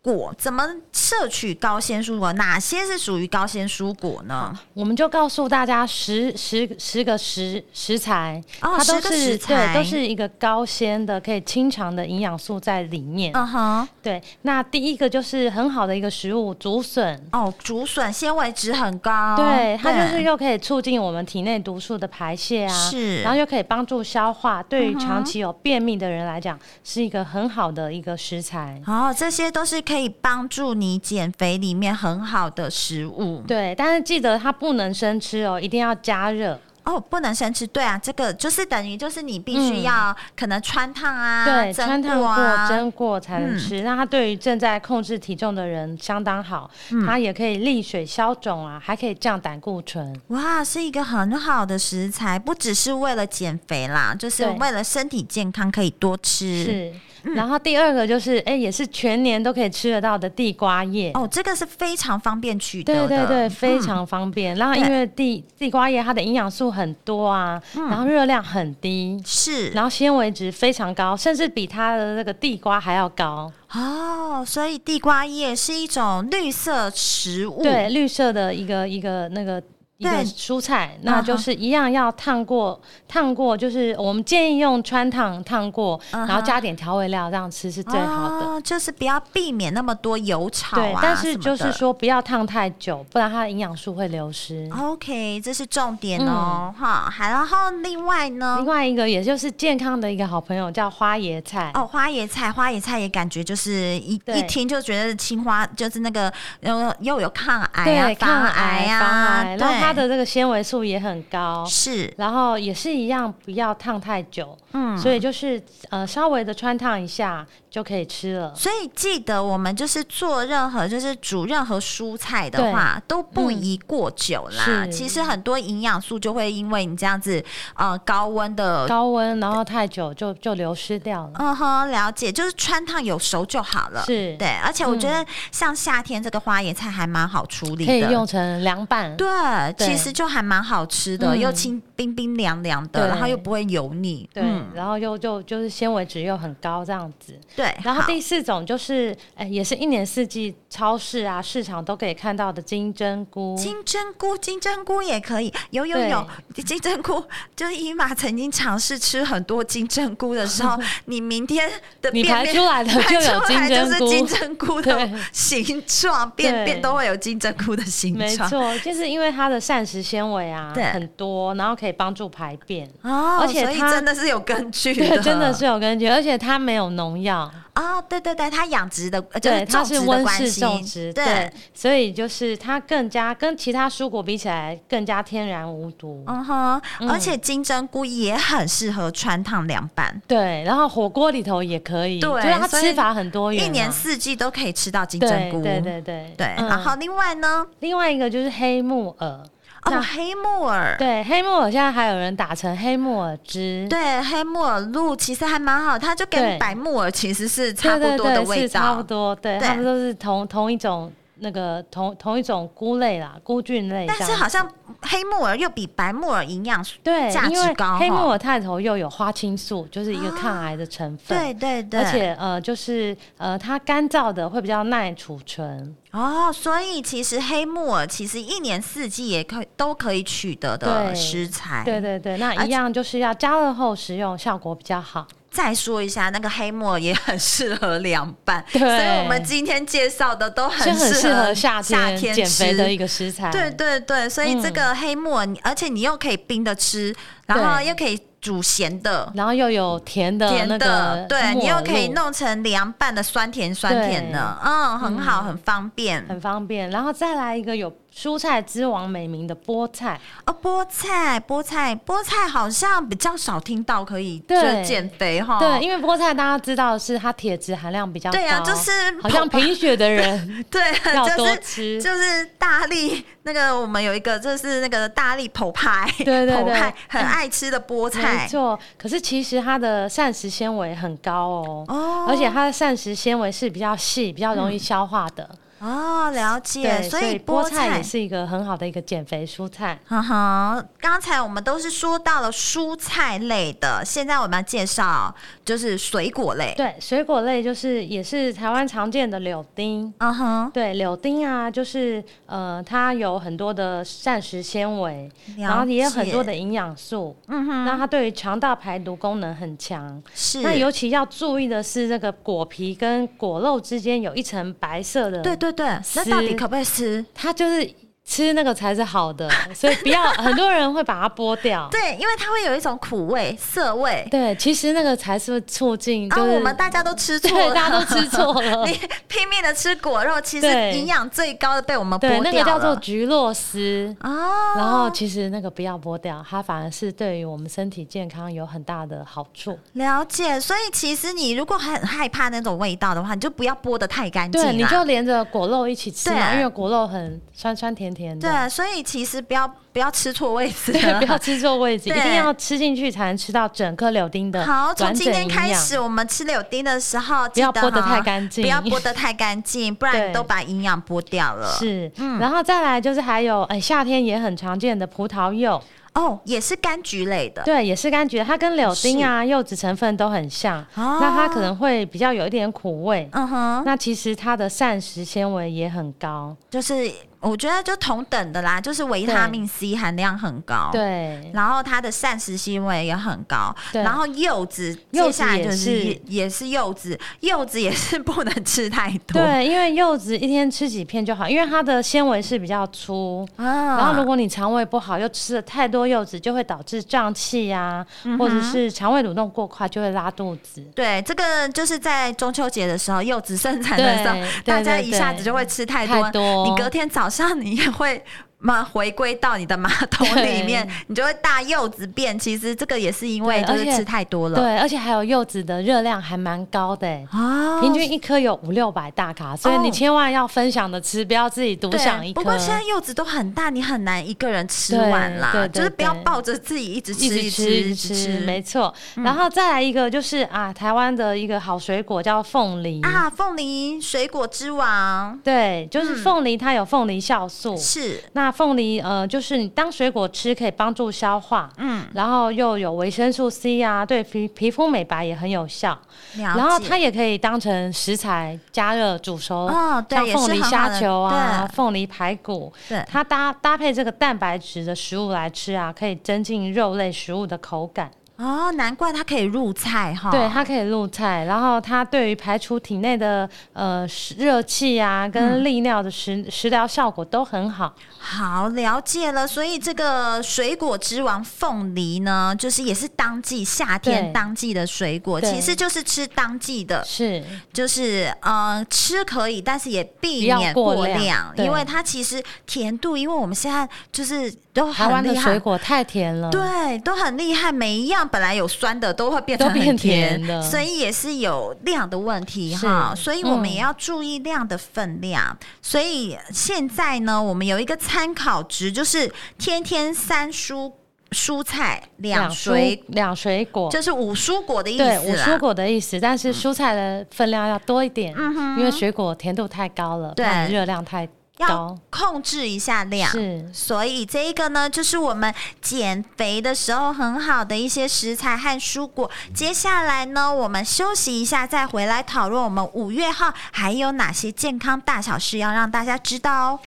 [SPEAKER 1] 果怎么摄取高纤蔬果，哪些是属于高纤蔬果呢？
[SPEAKER 2] 我们就告诉大家十十十个食食材，
[SPEAKER 1] 哦
[SPEAKER 2] 它都
[SPEAKER 1] 10个食
[SPEAKER 2] 是
[SPEAKER 1] 材
[SPEAKER 2] 对，都是一个高纤的，可以清肠的营养素在里面。
[SPEAKER 1] 嗯哼，
[SPEAKER 2] 对，那第一个就是很好的一个食物，竹笋。
[SPEAKER 1] 哦，竹笋纤维值很高，
[SPEAKER 2] 对，它就是又可以促进我们体内毒素的排泄啊，
[SPEAKER 1] 是嗯
[SPEAKER 2] 然后又可以帮助消化，对于长期有便秘的人来讲，是一个很好的一个食材。
[SPEAKER 1] 哦，这些都是可以帮助你减肥里面很好的食物。
[SPEAKER 2] 对，但是记得它不能生吃哦，一定要加热。
[SPEAKER 1] 哦，不能生吃，对啊，这个就是等于就是你必须
[SPEAKER 2] 嗯
[SPEAKER 1] 要可能穿烫啊，
[SPEAKER 2] 对，
[SPEAKER 1] 蒸
[SPEAKER 2] 穿烫
[SPEAKER 1] 啊，
[SPEAKER 2] 过、蒸过才能
[SPEAKER 1] 嗯
[SPEAKER 2] 吃。那它对于正在控制体重的人相当好，
[SPEAKER 1] 嗯
[SPEAKER 2] 它也可以利水消肿啊，还可以降胆固醇。
[SPEAKER 1] 哇，是一个很好的食材，不只是为了减肥啦，就是
[SPEAKER 2] 对
[SPEAKER 1] 为了身体健康可以多吃。
[SPEAKER 2] 是，嗯
[SPEAKER 1] 嗯
[SPEAKER 2] 然后第二个就是，哎、也是全年都可以吃得到的地瓜叶。
[SPEAKER 1] 哦，这个是非常方便取
[SPEAKER 2] 对
[SPEAKER 1] 得的，
[SPEAKER 2] 对对，非
[SPEAKER 1] 嗯
[SPEAKER 2] 常方便。然后因为地地瓜叶它的营养素很多啊，然后热量很低，
[SPEAKER 1] 嗯是
[SPEAKER 2] 然后纤维值非常高，甚至比它的那个地瓜还要高。
[SPEAKER 1] 哦，所以地瓜叶是一种绿色食物，
[SPEAKER 2] 对，绿色的一个一个那个。一个
[SPEAKER 1] 对
[SPEAKER 2] 蔬菜，
[SPEAKER 1] 啊
[SPEAKER 2] 那
[SPEAKER 1] 哈
[SPEAKER 2] 就是一样要烫过，烫过就是我们建议用穿烫烫过，
[SPEAKER 1] 嗯哼
[SPEAKER 2] 然后加点调味料，这样吃是最好的。
[SPEAKER 1] 哦，就是不要避免那么多油炒啊，
[SPEAKER 2] 对，但是
[SPEAKER 1] 什么
[SPEAKER 2] 就是
[SPEAKER 1] 的
[SPEAKER 2] 说不要烫太久，不然它的营养素会流失。
[SPEAKER 1] 哦 OK，这是重点哦，哈、还然后另外呢
[SPEAKER 2] 嗯另，外一个也就是健康的一个好朋友叫花椰菜，
[SPEAKER 1] 哦，花椰菜，花椰菜也感觉就是一
[SPEAKER 2] 对
[SPEAKER 1] 一听就觉得青花就是那个又又有抗癌啊、
[SPEAKER 2] 对，
[SPEAKER 1] 防
[SPEAKER 2] 抗癌
[SPEAKER 1] 啊，
[SPEAKER 2] 防癌，然后它它的这个纤维素也很高，
[SPEAKER 1] 是，
[SPEAKER 2] 然后也是一样，不要烫太久，
[SPEAKER 1] 嗯，
[SPEAKER 2] 所以就是呃稍微的穿烫一下就可以吃了。
[SPEAKER 1] 所以记得我们就是做任何就是煮任何蔬菜的话，都不宜过久啦。
[SPEAKER 2] 嗯是
[SPEAKER 1] 其实很多营养素就会因为你这样子呃高温的。
[SPEAKER 2] 高温，然后太久就就流失掉了。
[SPEAKER 1] 嗯哼，了解，就是穿烫有熟就好了。
[SPEAKER 2] 是嗯
[SPEAKER 1] 对，而且我觉得像夏天这个花椰菜还蛮好处理的，
[SPEAKER 2] 可以用成凉拌。
[SPEAKER 1] 对，
[SPEAKER 2] 对
[SPEAKER 1] 其实就还蛮好吃的，
[SPEAKER 2] 嗯
[SPEAKER 1] 又清冰冰凉凉的，
[SPEAKER 2] 对
[SPEAKER 1] 然后又不会油腻。
[SPEAKER 2] 对，
[SPEAKER 1] 嗯
[SPEAKER 2] 然后又就就是纤维值又很高这样子。
[SPEAKER 1] 对。
[SPEAKER 2] 然后
[SPEAKER 1] 好
[SPEAKER 2] 第四种就是，哎、也是一年四季超市啊、市场都可以看到的金针菇。
[SPEAKER 1] 金针菇，金针菇也可以，有有
[SPEAKER 2] 哦对
[SPEAKER 1] 有，金针菇 就是伊玛曾经尝试吃很多金针菇的时 候，你明天的
[SPEAKER 2] 你
[SPEAKER 1] 便
[SPEAKER 2] 排
[SPEAKER 1] 便
[SPEAKER 2] 出来的
[SPEAKER 1] 排
[SPEAKER 2] 就有
[SPEAKER 1] 出来
[SPEAKER 2] 金针
[SPEAKER 1] 就
[SPEAKER 2] 菇
[SPEAKER 1] 是金针菇的
[SPEAKER 2] 对
[SPEAKER 1] 形状，便
[SPEAKER 2] 对
[SPEAKER 1] 便都会有金针菇的形
[SPEAKER 2] 没
[SPEAKER 1] 状。
[SPEAKER 2] 错，就是因为它的膳食纤维啊
[SPEAKER 1] 对
[SPEAKER 2] 很多，然后可以帮助排便。
[SPEAKER 1] 哦，
[SPEAKER 2] 而且
[SPEAKER 1] 所以
[SPEAKER 2] 它
[SPEAKER 1] 真的是有根据
[SPEAKER 2] 对，
[SPEAKER 1] 的，
[SPEAKER 2] 真的是有根据，而且它没有农药，
[SPEAKER 1] 哦，对对对，它养殖的，呃就
[SPEAKER 2] 对，
[SPEAKER 1] 种
[SPEAKER 2] 它
[SPEAKER 1] 植
[SPEAKER 2] 是
[SPEAKER 1] 的
[SPEAKER 2] 温
[SPEAKER 1] 关
[SPEAKER 2] 室
[SPEAKER 1] 系，
[SPEAKER 2] 种植，对，所以就是它更加跟其他蔬果比起来更加天然无毒。
[SPEAKER 1] 嗯哼，而且金针菇也很适合穿烫凉拌，
[SPEAKER 2] 对，然后火锅里头也可以，
[SPEAKER 1] 对
[SPEAKER 2] 就是它
[SPEAKER 1] 所以
[SPEAKER 2] 吃法很多元啊、
[SPEAKER 1] 一年四季都可以吃到金针
[SPEAKER 2] 对
[SPEAKER 1] 菇。
[SPEAKER 2] 对对对
[SPEAKER 1] 对
[SPEAKER 2] 嗯
[SPEAKER 1] 然后另外呢，
[SPEAKER 2] 另外一个就是黑木耳，
[SPEAKER 1] 哦，
[SPEAKER 2] 那
[SPEAKER 1] 黑木耳。
[SPEAKER 2] 对，黑木耳现在还有人打成黑木耳汁，
[SPEAKER 1] 对黑木耳露其实还蛮好，它就跟
[SPEAKER 2] 对
[SPEAKER 1] 白木耳其实是差
[SPEAKER 2] 对，
[SPEAKER 1] 不
[SPEAKER 2] 对对
[SPEAKER 1] 多的
[SPEAKER 2] 是
[SPEAKER 1] 味
[SPEAKER 2] 差
[SPEAKER 1] 道
[SPEAKER 2] 不。多，对，
[SPEAKER 1] 对
[SPEAKER 2] 它们都是同同一种那个同同一种菇类啦，菇菌类这
[SPEAKER 1] 但
[SPEAKER 2] 样子，
[SPEAKER 1] 是好像黑木耳又比白木耳营养素
[SPEAKER 2] 对，
[SPEAKER 1] 价
[SPEAKER 2] 因为
[SPEAKER 1] 值高
[SPEAKER 2] 黑木
[SPEAKER 1] 哦
[SPEAKER 2] 耳它里头又有花青素，就是一个抗癌的成分。
[SPEAKER 1] 对对对，
[SPEAKER 2] 而且呃，就是呃，它干燥的会比较耐储存，
[SPEAKER 1] 哦，所以其实黑木耳其实一年四季也可以都可以取得的
[SPEAKER 2] 对
[SPEAKER 1] 食材。
[SPEAKER 2] 对对对，
[SPEAKER 1] 而
[SPEAKER 2] 那一
[SPEAKER 1] 且
[SPEAKER 2] 样就是要加热后食用，效果比较好。
[SPEAKER 1] 再说一下，那个黑木耳也很适合凉拌，
[SPEAKER 2] 对
[SPEAKER 1] 所以我们今天介绍的都
[SPEAKER 2] 是
[SPEAKER 1] 很
[SPEAKER 2] 很适合夏
[SPEAKER 1] 夏
[SPEAKER 2] 天减肥的一
[SPEAKER 1] 吃。
[SPEAKER 2] 个食材。
[SPEAKER 1] 对对对，所
[SPEAKER 2] 嗯
[SPEAKER 1] 以这个黑木耳，你而且你又可以冰的吃，然后
[SPEAKER 2] 对
[SPEAKER 1] 又可以煮咸的、
[SPEAKER 2] 然后又有甜的
[SPEAKER 1] 甜
[SPEAKER 2] 那
[SPEAKER 1] 的
[SPEAKER 2] 个，
[SPEAKER 1] 对
[SPEAKER 2] 木
[SPEAKER 1] 你又
[SPEAKER 2] 耳
[SPEAKER 1] 可以
[SPEAKER 2] 露
[SPEAKER 1] 弄成凉拌的酸甜酸甜的，嗯，很好，很方便。
[SPEAKER 2] 很方便。然后再来一个有蔬菜之王美名的菠菜，
[SPEAKER 1] 哦，菠菜，菠菜，菠菜好像比较少听到可以就
[SPEAKER 2] 对
[SPEAKER 1] 是减肥哈。
[SPEAKER 2] 对，因为菠菜大家知道是它铁质含量比较高，
[SPEAKER 1] 哦对啊就是
[SPEAKER 2] 好像贫血的人
[SPEAKER 1] 对，
[SPEAKER 2] 要
[SPEAKER 1] 就
[SPEAKER 2] 多
[SPEAKER 1] 是
[SPEAKER 2] 吃
[SPEAKER 1] 就是大力那个，我们有一个就是那个大力剖派，
[SPEAKER 2] 对对
[SPEAKER 1] 剖
[SPEAKER 2] 对
[SPEAKER 1] 派很爱吃的菠
[SPEAKER 2] 没
[SPEAKER 1] 菜，
[SPEAKER 2] 错。可是其实它的膳食纤维很高哦，
[SPEAKER 1] 哦嗯
[SPEAKER 2] 而且它的膳食纤维是比较细、比较容易消化的。
[SPEAKER 1] 哦，了解，
[SPEAKER 2] 对，
[SPEAKER 1] 所
[SPEAKER 2] 所
[SPEAKER 1] 以菠
[SPEAKER 2] 菠也是一个很好的一个减肥蔬菜。
[SPEAKER 1] 哼哼，刚才我们都是说到了蔬菜类的，现在我们要介绍就是水果类。
[SPEAKER 2] 对，水果类就是也是台湾常见的柳丁。
[SPEAKER 1] 嗯哼，
[SPEAKER 2] 对，柳丁啊，就是呃，它有很多的膳食纤维，然后也有很多
[SPEAKER 1] 了解，
[SPEAKER 2] 的营养素。
[SPEAKER 1] 嗯哼，
[SPEAKER 2] 那它对于肠道排毒功能很强。
[SPEAKER 1] 是，
[SPEAKER 2] 那尤其要注意的是，这个果皮跟果肉之间有一层白色的，
[SPEAKER 1] 对对对，那
[SPEAKER 2] 丝
[SPEAKER 1] 到底可不可以吃？
[SPEAKER 2] 它就是吃那个才是好的，所以不要很多人会把它剥 掉。
[SPEAKER 1] 对，因为它会有一种苦味、涩味。
[SPEAKER 2] 对，其实那个才是促进，
[SPEAKER 1] 啊，
[SPEAKER 2] 就是、
[SPEAKER 1] 我们大家都吃错
[SPEAKER 2] 对
[SPEAKER 1] 了，
[SPEAKER 2] 大家都吃错 了
[SPEAKER 1] 你。拼命的吃果肉，其实
[SPEAKER 2] 对
[SPEAKER 1] 营养最高的被我们剥
[SPEAKER 2] 对，
[SPEAKER 1] 掉
[SPEAKER 2] 那个叫
[SPEAKER 1] 了
[SPEAKER 2] 做菊络丝。
[SPEAKER 1] 哦，
[SPEAKER 2] 然后其实那个不要剥掉，它反而是对于我们身体健康有很大的好处。
[SPEAKER 1] 了解。所以其实你如果很害怕那种味道的话，你就不要剥的太干净啦
[SPEAKER 2] 对，你就连着果肉一起吃嘛，
[SPEAKER 1] 啊对
[SPEAKER 2] 因为果肉很酸酸甜甜的。
[SPEAKER 1] 对。所以其实不要不要吃错位置，
[SPEAKER 2] 对，不要吃错位置，一
[SPEAKER 1] 对
[SPEAKER 2] 定要吃进去才能吃到整颗柳丁的
[SPEAKER 1] 好，从
[SPEAKER 2] 完
[SPEAKER 1] 今
[SPEAKER 2] 整
[SPEAKER 1] 天
[SPEAKER 2] 营
[SPEAKER 1] 开
[SPEAKER 2] 养。
[SPEAKER 1] 始，我们吃柳丁的时候，
[SPEAKER 2] 不要
[SPEAKER 1] 记得
[SPEAKER 2] 剥得
[SPEAKER 1] 哈
[SPEAKER 2] 太干净
[SPEAKER 1] 不要剥得太干净，不然
[SPEAKER 2] 对
[SPEAKER 1] 你都把营养剥掉了。
[SPEAKER 2] 是，
[SPEAKER 1] 嗯
[SPEAKER 2] 然后再来就是还有，哎，夏天也很常见的葡萄柚，
[SPEAKER 1] 哦，也是柑橘类的，
[SPEAKER 2] 对，也是柑橘，它跟柳丁啊、柚子成分都很像，
[SPEAKER 1] 哦
[SPEAKER 2] 那它可能会比较有一点苦味。
[SPEAKER 1] 嗯哼，
[SPEAKER 2] 那其实它的膳食纤维也很高，
[SPEAKER 1] 就是我觉得就同等的啦，就是维他命 C 含量很高，，
[SPEAKER 2] 对，
[SPEAKER 1] 然后它的膳食纤维也很高，
[SPEAKER 2] 对
[SPEAKER 1] 然后柚子，
[SPEAKER 2] 柚
[SPEAKER 1] 接
[SPEAKER 2] 子
[SPEAKER 1] 下来就
[SPEAKER 2] 也
[SPEAKER 1] 是
[SPEAKER 2] 是
[SPEAKER 1] 也是柚子，柚子也是不能吃太多，，
[SPEAKER 2] 对，因为柚子一天吃几片就好，因为它的纤维是比较粗。
[SPEAKER 1] 啊
[SPEAKER 2] 然后，如果你肠胃不好，又吃了太多柚子，就会导致胀气呀、
[SPEAKER 1] 嗯
[SPEAKER 2] 或者是肠胃蠕动过快，就会拉肚子。
[SPEAKER 1] 对，这个就是在中秋节的时候，柚子盛产的时候
[SPEAKER 2] 对，
[SPEAKER 1] 大
[SPEAKER 2] 对
[SPEAKER 1] 家
[SPEAKER 2] 对
[SPEAKER 1] 一下子
[SPEAKER 2] 对
[SPEAKER 1] 就会吃太多，
[SPEAKER 2] 太多
[SPEAKER 1] 你隔天早上你也会嘛回归到你的马桶里面
[SPEAKER 2] 对，
[SPEAKER 1] 你就会大柚子便。其实这个也是因为就
[SPEAKER 2] 对
[SPEAKER 1] 是
[SPEAKER 2] 而且
[SPEAKER 1] 吃太多了
[SPEAKER 2] 对，而且还有柚子的热量还蛮高的、欸。
[SPEAKER 1] 啊
[SPEAKER 2] 平均一颗有五六百大卡，所以你
[SPEAKER 1] 哦
[SPEAKER 2] 千万要分享的吃，不要自己独
[SPEAKER 1] 对
[SPEAKER 2] 享一颗。
[SPEAKER 1] 不过现在柚子都很大，你很难一个人吃
[SPEAKER 2] 对
[SPEAKER 1] 完啦，
[SPEAKER 2] 对对
[SPEAKER 1] 就是不要
[SPEAKER 2] 对
[SPEAKER 1] 抱着自己一直吃
[SPEAKER 2] 一直
[SPEAKER 1] 吃嗯
[SPEAKER 2] 吃
[SPEAKER 1] 直
[SPEAKER 2] 一直吃，没错。然后再来一个就是啊，台湾的一个好水果叫凤梨
[SPEAKER 1] 啊，凤梨水果之王
[SPEAKER 2] 对，就是凤梨它有凤梨酵素。
[SPEAKER 1] 是
[SPEAKER 2] 那凤梨呃，就是你当水果吃可以帮助消化，
[SPEAKER 1] 嗯
[SPEAKER 2] 嗯，然后又有维生素 C 啊，对皮皮肤美白也很有效。
[SPEAKER 1] 了解，
[SPEAKER 2] 然后它也可以当成食材加热煮熟，
[SPEAKER 1] 哦对
[SPEAKER 2] 像
[SPEAKER 1] 也是
[SPEAKER 2] 凤梨
[SPEAKER 1] 很好
[SPEAKER 2] 虾
[SPEAKER 1] 的
[SPEAKER 2] 球啊
[SPEAKER 1] 对、
[SPEAKER 2] 凤梨排骨，
[SPEAKER 1] 对
[SPEAKER 2] 它搭搭配这个蛋白质的食物来吃啊，可以增进肉类食物的口感。
[SPEAKER 1] 哦，难怪它可以入菜哈，
[SPEAKER 2] 对，它可以入菜，然后它对于排除体内的呃湿热气啊，跟利尿的食食疗效果都很好。
[SPEAKER 1] 好了解了，所以这个水果之王凤梨呢，就是也是当季夏天
[SPEAKER 2] 对
[SPEAKER 1] 当季的水果，
[SPEAKER 2] 对
[SPEAKER 1] 其实就是吃当季的，
[SPEAKER 2] 是，
[SPEAKER 1] 就是呃吃可以，但是也避
[SPEAKER 2] 不要
[SPEAKER 1] 免
[SPEAKER 2] 过
[SPEAKER 1] 过
[SPEAKER 2] 量
[SPEAKER 1] 量，
[SPEAKER 2] 对
[SPEAKER 1] 因为它其实甜度，因为我们现在就是都
[SPEAKER 2] 台湾
[SPEAKER 1] 很
[SPEAKER 2] 的
[SPEAKER 1] 厉
[SPEAKER 2] 水
[SPEAKER 1] 害。
[SPEAKER 2] 果太甜了。
[SPEAKER 1] 对，都很厉害，每一样本来有酸的都会变成
[SPEAKER 2] 都变
[SPEAKER 1] 很甜
[SPEAKER 2] 甜的
[SPEAKER 1] 所以也是有量的问题哈。
[SPEAKER 2] 是
[SPEAKER 1] 所以我们
[SPEAKER 2] 嗯
[SPEAKER 1] 也要注意量的分量。所以现在呢，我们有一个参考值，就是天天三蔬蔬菜两
[SPEAKER 2] 蔬
[SPEAKER 1] 水，
[SPEAKER 2] 两水果，
[SPEAKER 1] 就是五蔬果的意思啊
[SPEAKER 2] 对五蔬
[SPEAKER 1] 啦。
[SPEAKER 2] 果的意思，但是蔬菜的分量要多一点，因为水果甜度太高了，
[SPEAKER 1] 嗯对
[SPEAKER 2] 怕你热量太
[SPEAKER 1] 要
[SPEAKER 2] 高。
[SPEAKER 1] 控制一下量，
[SPEAKER 2] 是
[SPEAKER 1] 所以这一个呢，就是我们减肥的时候很好的一些食材和蔬果。接下来呢，我们休息一下，再回来讨论我们五月号还有哪些健康大小事要让大家知道哦。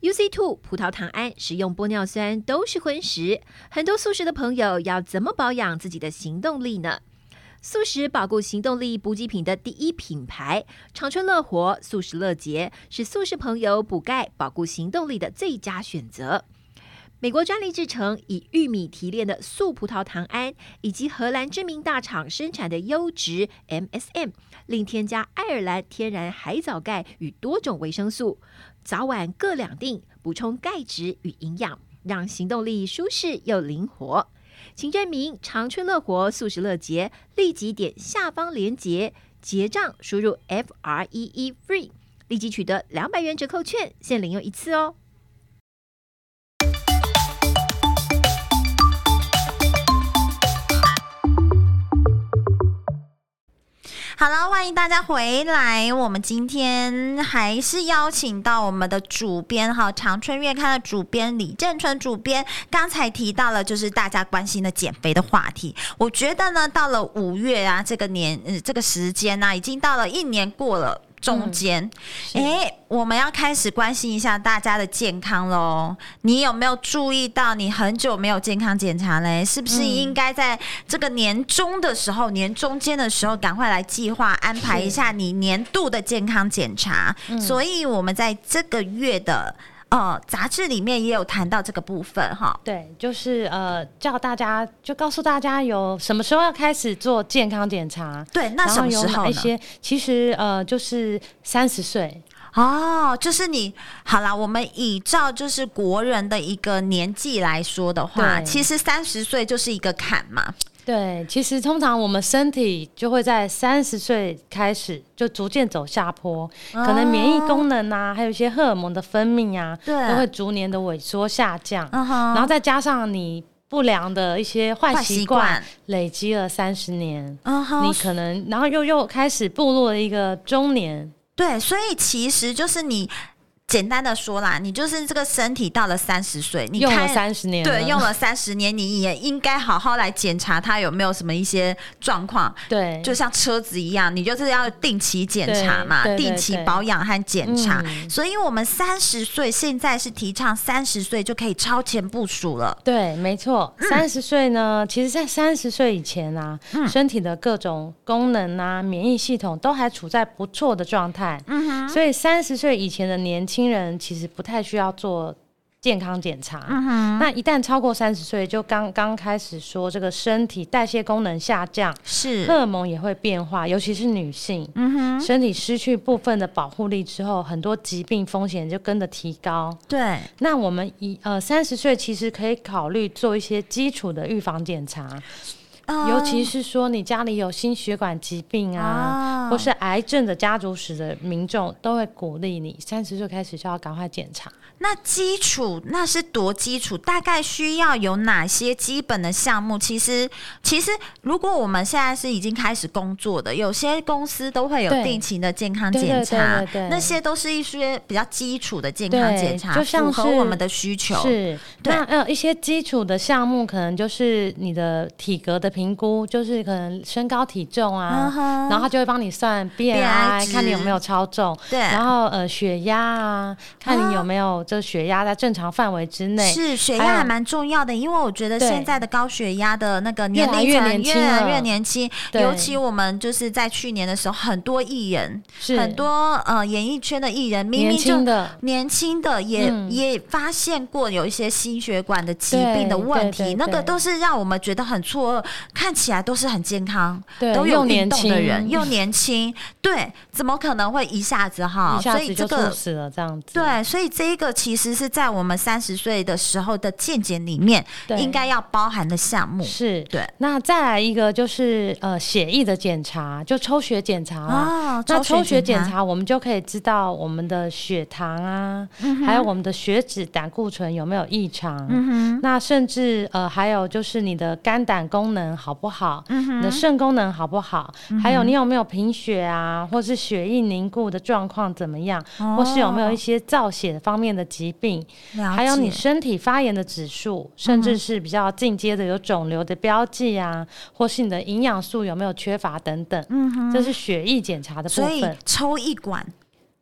[SPEAKER 3] UC Two 葡萄糖胺使用玻尿酸都是荤食，很多素食的朋友要怎么保养自己的行动力呢？素食保护行动力补给品的第一品牌长春乐活素食乐节是素食朋友补钙保护行动力的最佳选择。美国专利制成，以玉米提炼的素葡萄糖胺，以及荷兰知名大厂生产的优质 MSM，另添加爱尔兰天然海藻钙与多种维生素，早晚各两锭，补充钙质与营养，让行动力舒适又灵活。请证明长春乐活素食乐节，立即点下方链接结账，输入 F R E E FREE，立即取得两百元折扣券，限领用一次哦。
[SPEAKER 1] 好了，欢迎大家回来。我们今天还是邀请到我们的主编哈，长春月刊的主编李正春主编。刚才提到了就是大家关心的减肥的话题。我觉得呢，到了五月啊，这个年呃这个时间呢、已经到了一年过了。中间，哎、我们要开始关心一下大家的健康喽。你有没有注意到你很久没有健康检查嘞？是
[SPEAKER 2] 嗯
[SPEAKER 1] 不是应该在这个年终的时候、年中间的时候，赶快来计划安排一下你年度的健康检查？
[SPEAKER 2] 嗯
[SPEAKER 1] 所以我们在这个月的呃杂志里面也有谈到这个部分哈。
[SPEAKER 2] 对，就是呃，叫大家就告诉大家有什么时候要开始做健康检查，
[SPEAKER 1] 对，那
[SPEAKER 2] 然
[SPEAKER 1] 什
[SPEAKER 2] 后
[SPEAKER 1] 么
[SPEAKER 2] 有
[SPEAKER 1] 时候
[SPEAKER 2] 哪一
[SPEAKER 1] 呢？
[SPEAKER 2] 些？其实呃，就是三十岁，
[SPEAKER 1] 哦，就是你好啦，我们依照就是国人的一个年纪来说的话，
[SPEAKER 2] 对
[SPEAKER 1] 其实三十岁就是一个坎嘛。
[SPEAKER 2] 对，其实通常我们身体就会在三十岁开始就逐渐走下坡，
[SPEAKER 1] 哦
[SPEAKER 2] 可能免疫功能啊，还有一些荷尔蒙的分泌啊，
[SPEAKER 1] 对
[SPEAKER 2] 都会逐年的萎缩下降。
[SPEAKER 1] 嗯哼，
[SPEAKER 2] 然后再加上你不良的一些坏
[SPEAKER 1] 坏习
[SPEAKER 2] 习
[SPEAKER 1] 惯
[SPEAKER 2] 惯，累积了三十年，
[SPEAKER 1] 嗯
[SPEAKER 2] 你
[SPEAKER 1] 哼，
[SPEAKER 2] 可能然后又又开始步入了一个中年。
[SPEAKER 1] 对，所以其实就是你简单的说啦，你就是这个身体到了三十岁，你
[SPEAKER 2] 用了
[SPEAKER 1] 看
[SPEAKER 2] 三十年了，
[SPEAKER 1] 对，用了三十年，你也应该好好来检查它有没有什么一些状况。
[SPEAKER 2] 对，
[SPEAKER 1] 就像车子一样，你就是要定期检查
[SPEAKER 2] 对
[SPEAKER 1] 嘛，
[SPEAKER 2] 对对
[SPEAKER 1] 定期
[SPEAKER 2] 对
[SPEAKER 1] 保养和检查。
[SPEAKER 2] 嗯
[SPEAKER 1] 所以，我们三十岁现在是提倡三十岁就可以超前部署了。
[SPEAKER 2] 对，没错，
[SPEAKER 1] 嗯
[SPEAKER 2] 三十岁呢，其实，在三十岁以前啊，身体的各种功能啊、免疫系统都还处在不
[SPEAKER 1] 嗯
[SPEAKER 2] 错的状态，所以三十岁以前的年轻人其实不太需要做健康检查。
[SPEAKER 1] 嗯哼，
[SPEAKER 2] 那一旦超过三十岁，就刚刚开始说这个身体代谢功能下降，荷
[SPEAKER 1] 是，
[SPEAKER 2] 尔蒙也会变化，尤其是女性，
[SPEAKER 1] 嗯哼，
[SPEAKER 2] 身体失去部分的保护力之后，很多疾病风险就跟着提高。
[SPEAKER 1] 对，
[SPEAKER 2] 那我们一呃三十岁其实可以考虑做一些基础的预防检查，
[SPEAKER 1] 嗯
[SPEAKER 2] 尤其是说你家里有心血管疾病啊。
[SPEAKER 1] 啊
[SPEAKER 2] 或是癌症的家族史的民众，都会鼓励你三十岁开始就要赶快检查。
[SPEAKER 1] 那基础那是多基础，大概需要有哪些基本的项目？其实，其实如果我们现在是已经开始工作的，有些公司都会有
[SPEAKER 2] 对
[SPEAKER 1] 定期的健康
[SPEAKER 2] 对对
[SPEAKER 1] 检查
[SPEAKER 2] 对对对，
[SPEAKER 1] 那些都是一些比较基础的健康
[SPEAKER 2] 对
[SPEAKER 1] 检查，
[SPEAKER 2] 就
[SPEAKER 1] 符
[SPEAKER 2] 像
[SPEAKER 1] 合
[SPEAKER 2] 是
[SPEAKER 1] 我们的需求。
[SPEAKER 2] 是，
[SPEAKER 1] 对
[SPEAKER 2] 那呃一些基础的项目，可能就是你的体格的评估，就是可能身高体重啊
[SPEAKER 1] 嗯，哼
[SPEAKER 2] 然后他就会帮你算
[SPEAKER 1] BMI 值
[SPEAKER 2] BMI，看你有没有超重，
[SPEAKER 1] 对
[SPEAKER 2] 然后呃血压啊，看
[SPEAKER 1] 啊
[SPEAKER 2] 你有没有这血压在正常范围之内。
[SPEAKER 1] 是血
[SPEAKER 2] 还
[SPEAKER 1] 压
[SPEAKER 2] 有
[SPEAKER 1] 还蛮重要的，因为我觉得
[SPEAKER 2] 对
[SPEAKER 1] 现在的高血压的那个
[SPEAKER 2] 越
[SPEAKER 1] 年
[SPEAKER 2] 来
[SPEAKER 1] 龄
[SPEAKER 2] 越
[SPEAKER 1] 层
[SPEAKER 2] 年轻
[SPEAKER 1] 越来
[SPEAKER 2] 了
[SPEAKER 1] 越年轻，
[SPEAKER 2] 对
[SPEAKER 1] 尤其我们就是在去年的时候，很多艺人，
[SPEAKER 2] 是
[SPEAKER 1] 很多呃演艺圈的艺人，明
[SPEAKER 2] 年
[SPEAKER 1] 明就
[SPEAKER 2] 轻的。
[SPEAKER 1] 年轻的也、
[SPEAKER 2] 嗯
[SPEAKER 1] 也发现过有一些心血管的疾病的问题，
[SPEAKER 2] 对对对
[SPEAKER 1] 那个
[SPEAKER 2] 对
[SPEAKER 1] 都是让我们觉得很错愕，看起来都是很健康，
[SPEAKER 2] 对
[SPEAKER 1] 都有
[SPEAKER 2] 又
[SPEAKER 1] 运
[SPEAKER 2] 年
[SPEAKER 1] 动的人，
[SPEAKER 2] 轻
[SPEAKER 1] 又年轻，对，怎么可能会一下子哈？
[SPEAKER 2] 一下
[SPEAKER 1] 所以
[SPEAKER 2] 子
[SPEAKER 1] 这
[SPEAKER 2] 就
[SPEAKER 1] 个
[SPEAKER 2] 猝死了，这样子。
[SPEAKER 1] 对，所以这一个其实是在我们三十岁的时候的健检里面
[SPEAKER 2] 对
[SPEAKER 1] 应该要包含的项目
[SPEAKER 2] 是，
[SPEAKER 1] 对。
[SPEAKER 2] 那再来一个就是呃血液的检查，就抽血检查啦
[SPEAKER 1] 哦。
[SPEAKER 2] 啊那抽血检
[SPEAKER 1] 查
[SPEAKER 2] 查，我们就可以知道我们的血糖啊，
[SPEAKER 1] 嗯
[SPEAKER 2] 还有我们的血脂、胆固醇有没有异常。
[SPEAKER 1] 嗯
[SPEAKER 2] 那甚至呃，还有就是你的肝胆功能好不好，
[SPEAKER 1] 嗯
[SPEAKER 2] 你的肾功能好不好，还有你有没有贫血啊，或是血液凝固的状况怎么样，或是有没有一些造血方面的疾病，
[SPEAKER 1] 哦了
[SPEAKER 2] 还有你
[SPEAKER 1] 解
[SPEAKER 2] 身体发炎的指数，甚至是比较进阶的有肿瘤的标记
[SPEAKER 1] 嗯
[SPEAKER 2] 啊，或是你的营养素有没有缺乏等等。这是血液检查的部
[SPEAKER 1] 所以
[SPEAKER 2] 分。
[SPEAKER 1] 抽一管。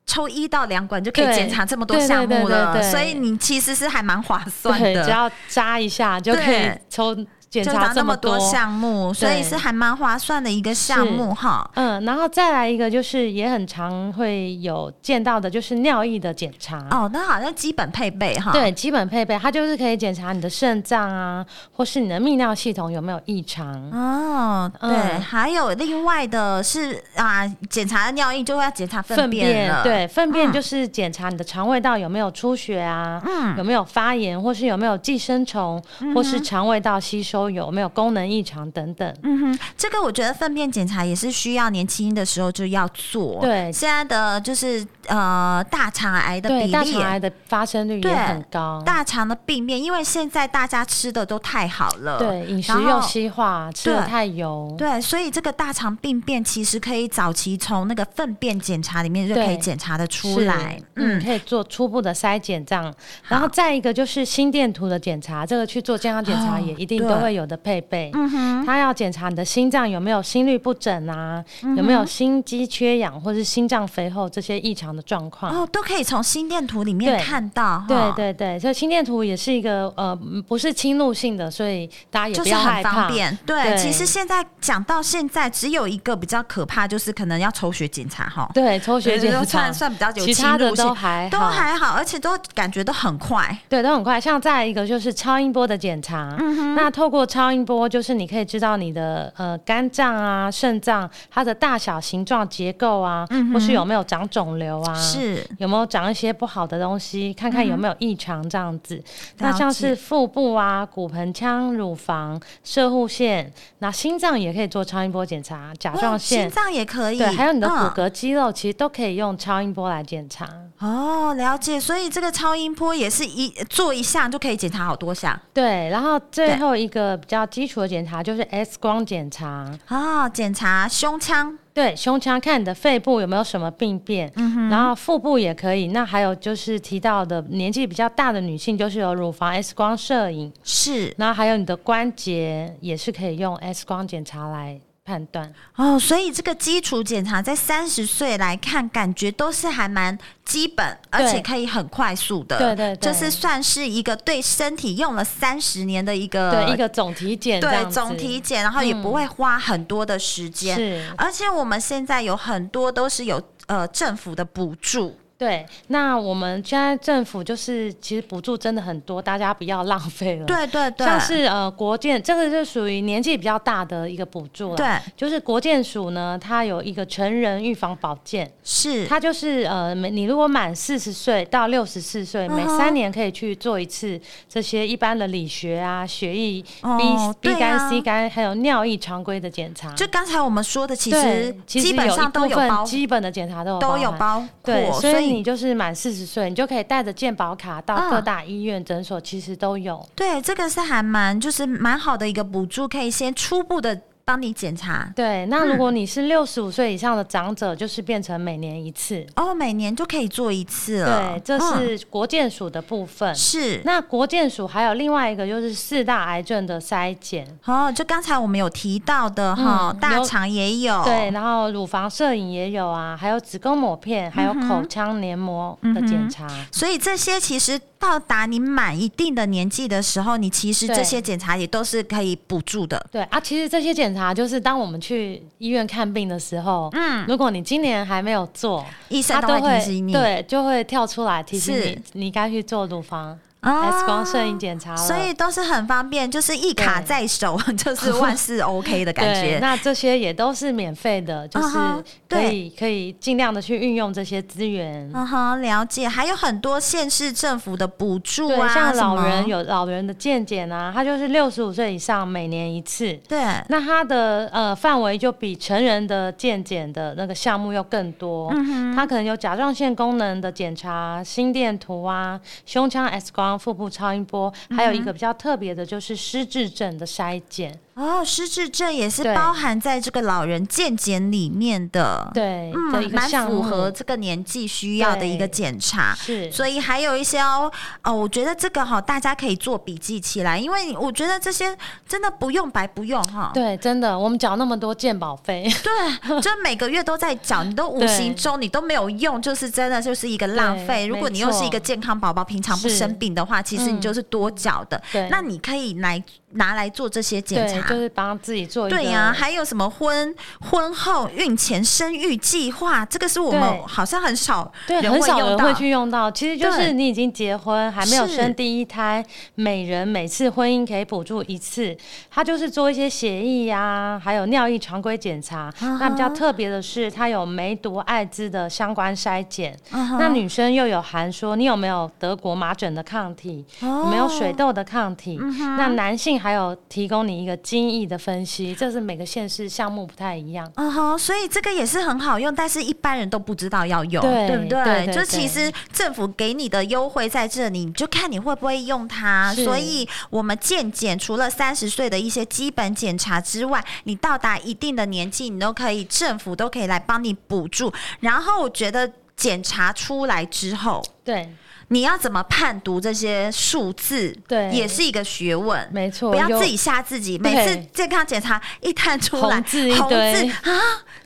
[SPEAKER 1] 抽一到两管就可以
[SPEAKER 2] 对
[SPEAKER 1] 检查这么多
[SPEAKER 2] 对对
[SPEAKER 1] 项目
[SPEAKER 2] 对
[SPEAKER 1] 了，
[SPEAKER 2] 对对
[SPEAKER 1] 所以你其实是还蛮划算
[SPEAKER 2] 对，
[SPEAKER 1] 的，
[SPEAKER 2] 只要扎一下就可以
[SPEAKER 1] 对
[SPEAKER 2] 抽检
[SPEAKER 1] 就
[SPEAKER 2] 查
[SPEAKER 1] 那
[SPEAKER 2] 这
[SPEAKER 1] 么
[SPEAKER 2] 多
[SPEAKER 1] 多。项目，所以是还蛮划算的一个项目哈。
[SPEAKER 2] 嗯，然后再来一个就是也很常会有见到的，就是尿液的检查。
[SPEAKER 1] 哦，那好像基本配备哈。
[SPEAKER 2] 对，基本配备，它就是可以检查你的肾脏啊，或是你的泌尿系统有没有异常。
[SPEAKER 1] 哦，对，
[SPEAKER 2] 嗯
[SPEAKER 1] 还有另外的是啊，检查尿液就要检查
[SPEAKER 2] 粪
[SPEAKER 1] 便了，，
[SPEAKER 2] 对，粪便
[SPEAKER 1] 嗯
[SPEAKER 2] 就是检查你的肠胃道有没有出血啊，
[SPEAKER 1] 嗯
[SPEAKER 2] 有没有发炎，或是有没有寄生虫，或是肠胃道吸收有没有功能异常等等。
[SPEAKER 1] 嗯哼，这个我觉得粪便检查也是需要年轻的时候就要做。
[SPEAKER 2] 对
[SPEAKER 1] 现在的就是呃大肠癌的比
[SPEAKER 2] 对，
[SPEAKER 1] 例
[SPEAKER 2] 大肠癌的发生率
[SPEAKER 1] 对
[SPEAKER 2] 也很高。
[SPEAKER 1] 大肠的病变，因为现在大家吃的都太好了，
[SPEAKER 2] 对，饮食
[SPEAKER 1] 然后
[SPEAKER 2] 又西化，吃的
[SPEAKER 1] 对
[SPEAKER 2] 太油。
[SPEAKER 1] 对，所以这个大肠病变其实可以早期从那个粪便检查里面就可以
[SPEAKER 2] 对
[SPEAKER 1] 检查的出
[SPEAKER 2] 是
[SPEAKER 1] 来，
[SPEAKER 2] 嗯，
[SPEAKER 1] 嗯。
[SPEAKER 2] 可以做初步的筛检这样，然后再一个就是心电图的检查，这个去做健康检查
[SPEAKER 1] 哦
[SPEAKER 2] 也一定
[SPEAKER 1] 对
[SPEAKER 2] 都会有的配备。
[SPEAKER 1] 嗯哼，
[SPEAKER 2] 他要检查你的心脏有没有心律不整啊，
[SPEAKER 1] 嗯
[SPEAKER 2] 有没有心肌缺氧或是心脏肥厚这些异常的状况。
[SPEAKER 1] 哦，都可以从心电图里面
[SPEAKER 2] 嗯对
[SPEAKER 1] 看到，
[SPEAKER 2] 对
[SPEAKER 1] 哈，
[SPEAKER 2] 对对，所以心电图也是一个呃嗯不是侵入性的，所以大家也
[SPEAKER 1] 就
[SPEAKER 2] 不
[SPEAKER 1] 是
[SPEAKER 2] 要害
[SPEAKER 1] 很
[SPEAKER 2] 怕。
[SPEAKER 1] 方便。对，
[SPEAKER 2] 对
[SPEAKER 1] 其实现在讲到现在，只有一个比较可怕，就是可能要抽血检查，哈，
[SPEAKER 2] 对，抽血检
[SPEAKER 1] 就
[SPEAKER 2] 查
[SPEAKER 1] 算算比较有
[SPEAKER 2] 其他的
[SPEAKER 1] 侵入性
[SPEAKER 2] 都还
[SPEAKER 1] 都
[SPEAKER 2] 好
[SPEAKER 1] 还好，而且都感觉都很快。
[SPEAKER 2] 对，都很快。像再来一个就是超音波的检查，
[SPEAKER 1] 嗯
[SPEAKER 2] 那透过超音波，就是你可以知道你的呃肝脏啊、肾脏它的大小、形状、结构啊，或是有没有长肿瘤啊，
[SPEAKER 1] 嗯是嗯
[SPEAKER 2] 有没有长一些不好的东西，看看有没有异常这样子。那
[SPEAKER 1] 了
[SPEAKER 2] 像
[SPEAKER 1] 解
[SPEAKER 2] 是腹部啊、骨盆腔、乳房、射护腺，那心脏也可以做超音波检查，甲状
[SPEAKER 1] 哇心
[SPEAKER 2] 腺。
[SPEAKER 1] 脏也可以，
[SPEAKER 2] 对，还有你的骨
[SPEAKER 1] 嗯
[SPEAKER 2] 骼、肌肉，其实都可以用超音波来检查。
[SPEAKER 1] 哦，了解。所以这个超音波也是一做一项就可以检查好多项
[SPEAKER 2] 对，然后最
[SPEAKER 1] 对
[SPEAKER 2] 后一个比较基础的检查就是 X 光检查，
[SPEAKER 1] 哦，检查胸腔，
[SPEAKER 2] 对，胸腔看你的肺部有没有什么病变，
[SPEAKER 1] 嗯
[SPEAKER 2] 然后腹部也可以。那还有就是提到的年纪比较大的女性，就是有乳房 X 光摄影，
[SPEAKER 1] 是
[SPEAKER 2] 然后还有你的关节也是可以用 X 光检查来判断。
[SPEAKER 1] 哦，所以这个基础检查在三十岁来看，感觉都是还蛮基本，而
[SPEAKER 2] 对
[SPEAKER 1] 且可以很快速的。
[SPEAKER 2] 对对对
[SPEAKER 1] 就是算是一个对身体用了三十年的一个
[SPEAKER 2] 对，一个总体检这样
[SPEAKER 1] 呃对
[SPEAKER 2] 子，
[SPEAKER 1] 总体检，然后也不会花很多的时间。
[SPEAKER 2] 是。
[SPEAKER 1] 而且我们现在有很多都是有呃政府的补助，
[SPEAKER 2] 对，那我们现在政府就是其实补助真的很多，大家不要浪费了。
[SPEAKER 1] 对对对，
[SPEAKER 2] 像是呃国建，这个就属于年纪比较大的一个补助了。
[SPEAKER 1] 对，
[SPEAKER 2] 就是国建署呢，它有一个成人预防保健，
[SPEAKER 1] 是
[SPEAKER 2] 它就是呃，每你如果满四十岁到六十四岁，每
[SPEAKER 1] 嗯哼
[SPEAKER 2] 三年可以去做一次这些一般的理学啊、血液、
[SPEAKER 1] 哦
[SPEAKER 2] B
[SPEAKER 1] 对
[SPEAKER 2] B 肝、
[SPEAKER 1] 啊
[SPEAKER 2] C 肝，还有尿液常规的检查。
[SPEAKER 1] 就刚才我们说的，其
[SPEAKER 2] 对
[SPEAKER 1] 实
[SPEAKER 2] 其实
[SPEAKER 1] 基本
[SPEAKER 2] 有一
[SPEAKER 1] 上都
[SPEAKER 2] 部
[SPEAKER 1] 有
[SPEAKER 2] 分
[SPEAKER 1] 包
[SPEAKER 2] 基本的检查都有
[SPEAKER 1] 都有
[SPEAKER 2] 含
[SPEAKER 1] 包
[SPEAKER 2] 对，
[SPEAKER 1] 括，
[SPEAKER 2] 所以你就是满四十岁，你就可以带着健保卡
[SPEAKER 1] 嗯
[SPEAKER 2] 到各大医院、诊所，其实都有。
[SPEAKER 1] 对这个是还蛮就是蛮好的一个补助，可以先初步的帮你检查。
[SPEAKER 2] 对，那如果
[SPEAKER 1] 嗯
[SPEAKER 2] 你是六十五岁以上的长者，就是变成每年一次。
[SPEAKER 1] 哦，每年就可以做一次了。
[SPEAKER 2] 对，这
[SPEAKER 1] 嗯、
[SPEAKER 2] 是国健署的部分。
[SPEAKER 1] 是
[SPEAKER 2] 那国健署还有另外一个就是四大癌症的筛检，
[SPEAKER 1] 哦，就刚才我们有提到的哈、
[SPEAKER 2] 嗯
[SPEAKER 1] 大
[SPEAKER 2] 有
[SPEAKER 1] 肠也有，
[SPEAKER 2] 对，然后乳房摄影也有啊，还有子宫抹片，还有
[SPEAKER 1] 嗯
[SPEAKER 2] 口腔黏膜的检查。
[SPEAKER 1] 所以这些其实到达你满一定的年纪的时候，你其实
[SPEAKER 2] 对
[SPEAKER 1] 这些检查也都是可以补助的。
[SPEAKER 2] 对啊，其实这些检查就是当我们去医院看病的时候，嗯，如果你今年还没有做，
[SPEAKER 1] 医
[SPEAKER 2] 他
[SPEAKER 1] 生
[SPEAKER 2] 都
[SPEAKER 1] 会
[SPEAKER 2] 会
[SPEAKER 1] 提醒你，
[SPEAKER 2] 对，就会跳出来提醒
[SPEAKER 1] 是
[SPEAKER 2] 你，你该去做乳房、
[SPEAKER 1] 哦
[SPEAKER 2] X 光摄影检查了。
[SPEAKER 1] 所以都是很方便，就是一卡
[SPEAKER 2] 对
[SPEAKER 1] 在手， 就是万事 OK 的感
[SPEAKER 2] 对，
[SPEAKER 1] 觉。
[SPEAKER 2] 那这些也都是免费的，就
[SPEAKER 1] 嗯
[SPEAKER 2] 是
[SPEAKER 1] 哼
[SPEAKER 2] 可以、可以尽量的去运用这些资源。
[SPEAKER 1] 嗯哼，了解。还有很多县市政府的补助
[SPEAKER 2] 对，
[SPEAKER 1] 啊，
[SPEAKER 2] 像
[SPEAKER 1] 什
[SPEAKER 2] 老
[SPEAKER 1] 么
[SPEAKER 2] 人有老人的健检啊，他就是六十五岁以上每年一次。
[SPEAKER 1] 对，
[SPEAKER 2] 那它的呃范围就比成人的健检的那个项目要更多，
[SPEAKER 1] 嗯
[SPEAKER 2] 它可能有甲状腺功能的检查、心电图啊、胸腔 X 光、腹部超音波，
[SPEAKER 1] 嗯
[SPEAKER 2] 还有一个比较特别的就是失智症的筛检。
[SPEAKER 1] 哦，失智症也是
[SPEAKER 2] 对
[SPEAKER 1] 包含在这个老人健检里面的，
[SPEAKER 2] 对的一
[SPEAKER 1] 嗯，
[SPEAKER 2] 个
[SPEAKER 1] 蛮
[SPEAKER 2] 项目
[SPEAKER 1] 符合这个年纪需要的一个
[SPEAKER 2] 对
[SPEAKER 1] 检查。
[SPEAKER 2] 是，
[SPEAKER 1] 所以还有一些哦，哦，我觉得这个哈、大家可以做笔记起来，因为我觉得这些真的不用白不用哈、
[SPEAKER 2] 对，真的，我们缴那么多健保费，
[SPEAKER 1] 对， 就每个月都在缴，你都无
[SPEAKER 2] 对
[SPEAKER 1] 形中你都没有用，就是真的就是一个浪
[SPEAKER 2] 对
[SPEAKER 1] 费。如果你
[SPEAKER 2] 没
[SPEAKER 1] 又
[SPEAKER 2] 错
[SPEAKER 1] 是一个健康宝宝，平常不
[SPEAKER 2] 是
[SPEAKER 1] 生病的话，其实你
[SPEAKER 2] 嗯
[SPEAKER 1] 就是多缴的。
[SPEAKER 2] 对
[SPEAKER 1] 那你可以来拿来做这些检
[SPEAKER 2] 对，
[SPEAKER 1] 查。
[SPEAKER 2] 就是帮自己做一个。
[SPEAKER 1] 对呀、还有什么婚婚后孕前生育计划？这个是我们
[SPEAKER 2] 对
[SPEAKER 1] 好像很少
[SPEAKER 2] 对，
[SPEAKER 1] 人
[SPEAKER 2] 很
[SPEAKER 1] 会
[SPEAKER 2] 少
[SPEAKER 1] 用
[SPEAKER 2] 人
[SPEAKER 1] 到。
[SPEAKER 2] 会去用到。其实就
[SPEAKER 1] 对
[SPEAKER 2] 是你已经结婚，还没有
[SPEAKER 1] 是
[SPEAKER 2] 生第一胎，每人每次婚姻可以补助一次。它就是做一些血液啊，还有尿液常规检查。
[SPEAKER 1] 啊
[SPEAKER 2] 那比较特别的是，它有梅毒、艾滋的相关筛检。
[SPEAKER 1] 嗯啊
[SPEAKER 2] 那女生又有含说你有没有德国麻疹的抗体，
[SPEAKER 1] 哦
[SPEAKER 2] 有没有水痘的抗体。
[SPEAKER 1] 嗯
[SPEAKER 2] 那男性还有提供你一个精益的分析，这是每个县市项目不太一样。
[SPEAKER 1] 嗯哼，所以这个也是很好用，但是一般人都不知道要用，
[SPEAKER 2] 对
[SPEAKER 1] 不
[SPEAKER 2] 对对
[SPEAKER 1] 就
[SPEAKER 2] 对
[SPEAKER 1] 其实政府给你的优惠在这里，你就看你会不会用它。
[SPEAKER 2] 是
[SPEAKER 1] 所以我们健检除了三十岁的一些基本检查之外，你到达一定的年纪，你都可以政府都可以来帮你补助。然后我觉得检查出来之后，
[SPEAKER 2] 对，
[SPEAKER 1] 你要怎么判读这些数字，
[SPEAKER 2] 对
[SPEAKER 1] 也是一个学问。
[SPEAKER 2] 没错，
[SPEAKER 1] 不要
[SPEAKER 2] 有
[SPEAKER 1] 自己吓自己，
[SPEAKER 2] 对
[SPEAKER 1] 每次健康检查一探出来，
[SPEAKER 2] 红字一
[SPEAKER 1] 红
[SPEAKER 2] 堆
[SPEAKER 1] 字啊，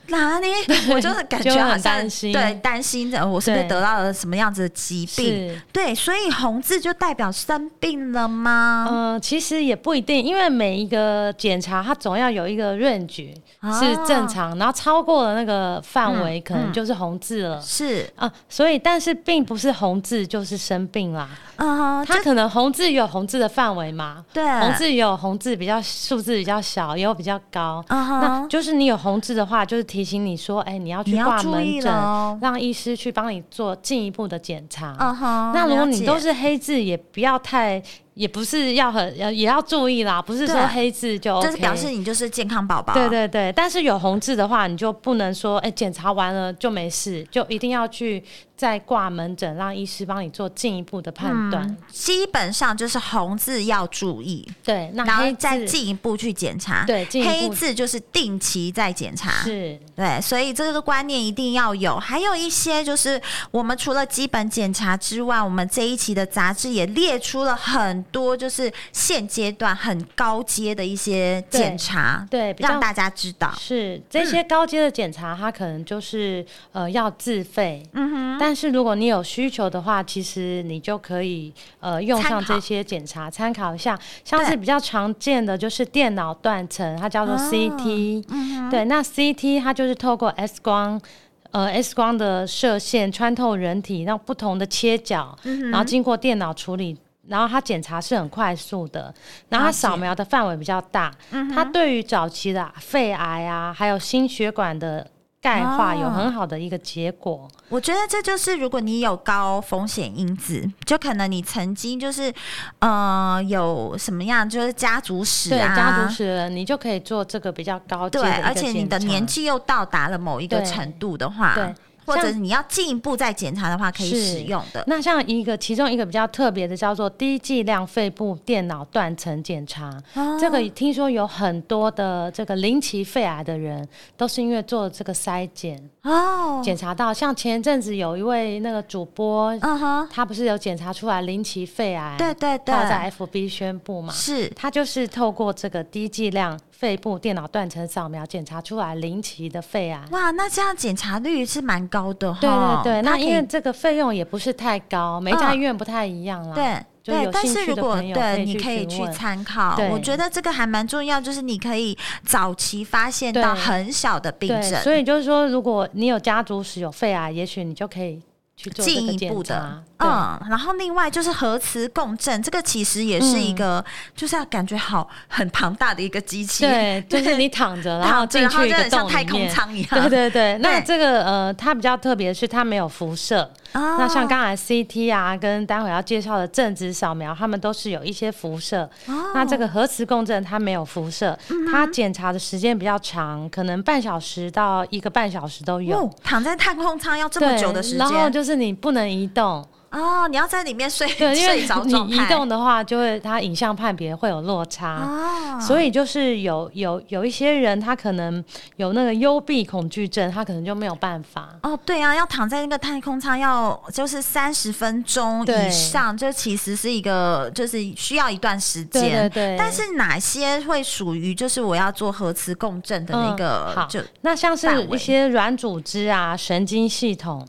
[SPEAKER 1] 哪里？我就是感觉
[SPEAKER 2] 就会
[SPEAKER 1] 好
[SPEAKER 2] 很
[SPEAKER 1] 像
[SPEAKER 2] 担心
[SPEAKER 1] 对担心的，我是不是
[SPEAKER 2] 对
[SPEAKER 1] 得到了什么样子的疾病？
[SPEAKER 2] 是。
[SPEAKER 1] 对，所以红字就代表生病了吗？
[SPEAKER 2] 嗯，其实也不一定，因为每一个检查它总要有一个 range
[SPEAKER 1] 啊嗯
[SPEAKER 2] 是正常，然后超过了那个范围，可能就是红字了。
[SPEAKER 1] 是，
[SPEAKER 2] 啊，所以但是并不是红字就是生病啦，
[SPEAKER 1] 嗯，
[SPEAKER 2] 它
[SPEAKER 1] 这
[SPEAKER 2] 可能红字有红字的范围嘛，
[SPEAKER 1] 对，
[SPEAKER 2] 红字有红字比较数字比较小，也有比较高，
[SPEAKER 1] 嗯
[SPEAKER 2] 那
[SPEAKER 1] 哼，
[SPEAKER 2] 就是你有红字的话，就是提醒你说，哎、你要
[SPEAKER 1] 你
[SPEAKER 2] 去
[SPEAKER 1] 要
[SPEAKER 2] 挂
[SPEAKER 1] 注
[SPEAKER 2] 门
[SPEAKER 1] 意
[SPEAKER 2] 诊
[SPEAKER 1] 了，哦，
[SPEAKER 2] 让医师去帮你做进一步的检查。
[SPEAKER 1] 嗯哼。
[SPEAKER 2] 那如果
[SPEAKER 1] 了
[SPEAKER 2] 你
[SPEAKER 1] 解
[SPEAKER 2] 都是黑字，也不要太，也不是要很，呃也要注意啦，不是
[SPEAKER 1] 对
[SPEAKER 2] 说黑字就 OK。
[SPEAKER 1] 就是表示啊你就是健康宝宝，
[SPEAKER 2] 对对对，但是有红字的话，你就不能说，哎、检查完了就没事，就一定要去再挂门诊，让医师帮你做进一步的判断。
[SPEAKER 1] 嗯基本上就是红字要注意，
[SPEAKER 2] 对，那
[SPEAKER 1] 然后
[SPEAKER 2] 黑字
[SPEAKER 1] 再进一步去检查。
[SPEAKER 2] 对进一步
[SPEAKER 1] 黑字就是定期再检查。
[SPEAKER 2] 是
[SPEAKER 1] 对，所以这个观念一定要有。还有一些就是，我们除了基本检查之外，我们这一期的杂志也列出了很多，就是现阶段很高阶的一些检查，
[SPEAKER 2] 对，比较
[SPEAKER 1] 让大家知道。
[SPEAKER 2] 是这些高阶的检查，它可能就是呃要自费，嗯哼。但是如果你有需求的话，其实你就可以呃用
[SPEAKER 1] 参
[SPEAKER 2] 上
[SPEAKER 1] 考
[SPEAKER 2] 这些检查参考一下，像
[SPEAKER 1] 对
[SPEAKER 2] 是比较常见的就是电脑断层，它叫做
[SPEAKER 1] 哦
[SPEAKER 2] CT，、对，那 CT 它就是透过 X 光。呃 X 光的射线穿透人体，让不同的切角，
[SPEAKER 1] 嗯
[SPEAKER 2] 然后经过电脑处理。然后它检查是很快速的，然后它扫描的范围比较大，
[SPEAKER 1] 嗯
[SPEAKER 2] 它对于早期的肺癌啊，还有心血管的钙化有很好的一个结果。
[SPEAKER 1] 我觉得这就是，如果你有高风险因子，就可能你曾经就是呃有什么样，就是家族史
[SPEAKER 2] 对，
[SPEAKER 1] 啊，
[SPEAKER 2] 家族史的人你就可以做这个比较高阶
[SPEAKER 1] 对
[SPEAKER 2] 的一个，
[SPEAKER 1] 而且你的年。纪又到达了某一个
[SPEAKER 2] 啊对
[SPEAKER 1] 程度的话，
[SPEAKER 2] 对
[SPEAKER 1] 或者
[SPEAKER 2] 像
[SPEAKER 1] 你要进一步再检查的话，可以
[SPEAKER 2] 是
[SPEAKER 1] 使用的。
[SPEAKER 2] 那像一个其中一个比较特别的叫做低剂量肺部电脑断层检查，
[SPEAKER 1] 嗯
[SPEAKER 2] 这个听说有很多的这个临期肺癌的人都是因为做这个筛检
[SPEAKER 1] 哦，
[SPEAKER 2] 检查到，像前一阵子有一位那个主播，
[SPEAKER 1] 嗯哼，
[SPEAKER 2] 他不是有检查出来临期肺癌，
[SPEAKER 1] 对对对，
[SPEAKER 2] 他有在 FB 宣布嘛，
[SPEAKER 1] 是
[SPEAKER 2] 他就是透过这个低剂量肺部电脑断层扫描检查出来临期的肺癌。
[SPEAKER 1] 哇，那这样检查率是蛮高的
[SPEAKER 2] 对
[SPEAKER 1] 哈。
[SPEAKER 2] 对对，那
[SPEAKER 1] 它可以
[SPEAKER 2] 因为这个费用也不是太高，每一家
[SPEAKER 1] 嗯
[SPEAKER 2] 医院不太一样啦。
[SPEAKER 1] 对。
[SPEAKER 2] 就
[SPEAKER 1] 对，
[SPEAKER 2] 有
[SPEAKER 1] 但
[SPEAKER 2] 兴
[SPEAKER 1] 是
[SPEAKER 2] 趣
[SPEAKER 1] 如
[SPEAKER 2] 的
[SPEAKER 1] 果
[SPEAKER 2] 朋友可
[SPEAKER 1] 对，
[SPEAKER 2] 以
[SPEAKER 1] 你
[SPEAKER 2] 去
[SPEAKER 1] 可以
[SPEAKER 2] 询
[SPEAKER 1] 去
[SPEAKER 2] 问
[SPEAKER 1] 参考。
[SPEAKER 2] 对
[SPEAKER 1] 我觉得这个还蛮重要，就是你可以早期发现到
[SPEAKER 2] 对
[SPEAKER 1] 很小的病
[SPEAKER 2] 对，
[SPEAKER 1] 症，
[SPEAKER 2] 所以就是说，如果你有家族史有肺癌，也许你就可以去做这
[SPEAKER 1] 进
[SPEAKER 2] 个
[SPEAKER 1] 一步
[SPEAKER 2] 检
[SPEAKER 1] 的
[SPEAKER 2] 查。，
[SPEAKER 1] 嗯，然后另外就是核磁共振，这个其实也是
[SPEAKER 2] 嗯
[SPEAKER 1] 一个，就是要感觉好很庞大的一个机器，
[SPEAKER 2] 对，对，就是你躺着，然后
[SPEAKER 1] 躺着
[SPEAKER 2] 进
[SPEAKER 1] 然后
[SPEAKER 2] 去一
[SPEAKER 1] 就
[SPEAKER 2] 个
[SPEAKER 1] 很像
[SPEAKER 2] 洞
[SPEAKER 1] 太
[SPEAKER 2] 里
[SPEAKER 1] 空
[SPEAKER 2] 面。
[SPEAKER 1] 舱一样，
[SPEAKER 2] 对对对，那
[SPEAKER 1] 对
[SPEAKER 2] 这个呃，它比较特别的是它没有辐射。
[SPEAKER 1] 哦
[SPEAKER 2] 那像刚才 CT 啊，跟待会要介绍的正子扫描，它们都是有一些辐射。
[SPEAKER 1] 哦嗯
[SPEAKER 2] 那这个核磁共振它没有辐射，它检查的时间比较长，可能半小时到一个半小时都有。
[SPEAKER 1] 哦，躺在太空舱要这么
[SPEAKER 2] 对，
[SPEAKER 1] 久的时
[SPEAKER 2] 然后
[SPEAKER 1] 间
[SPEAKER 2] 就是你不能移动，
[SPEAKER 1] 哦，你要在里面睡
[SPEAKER 2] 对，因为
[SPEAKER 1] 睡着状
[SPEAKER 2] 你移
[SPEAKER 1] 态
[SPEAKER 2] 动的话，就会它影像判别会有落差，
[SPEAKER 1] 哦，
[SPEAKER 2] 所以就是有有有一些人他可能有那个幽闭恐惧症，他可能就没有办法。
[SPEAKER 1] 哦，对啊，要躺在那个太空舱要就是三十分钟
[SPEAKER 2] 对
[SPEAKER 1] 以上，这其实是一个就是需要一段时间。
[SPEAKER 2] 对对对
[SPEAKER 1] 但是哪些会属于就是我要做核磁共振的那个？
[SPEAKER 2] 嗯、好
[SPEAKER 1] 就，
[SPEAKER 2] 那像是
[SPEAKER 1] 范围
[SPEAKER 2] 一些软组织啊、神经系统。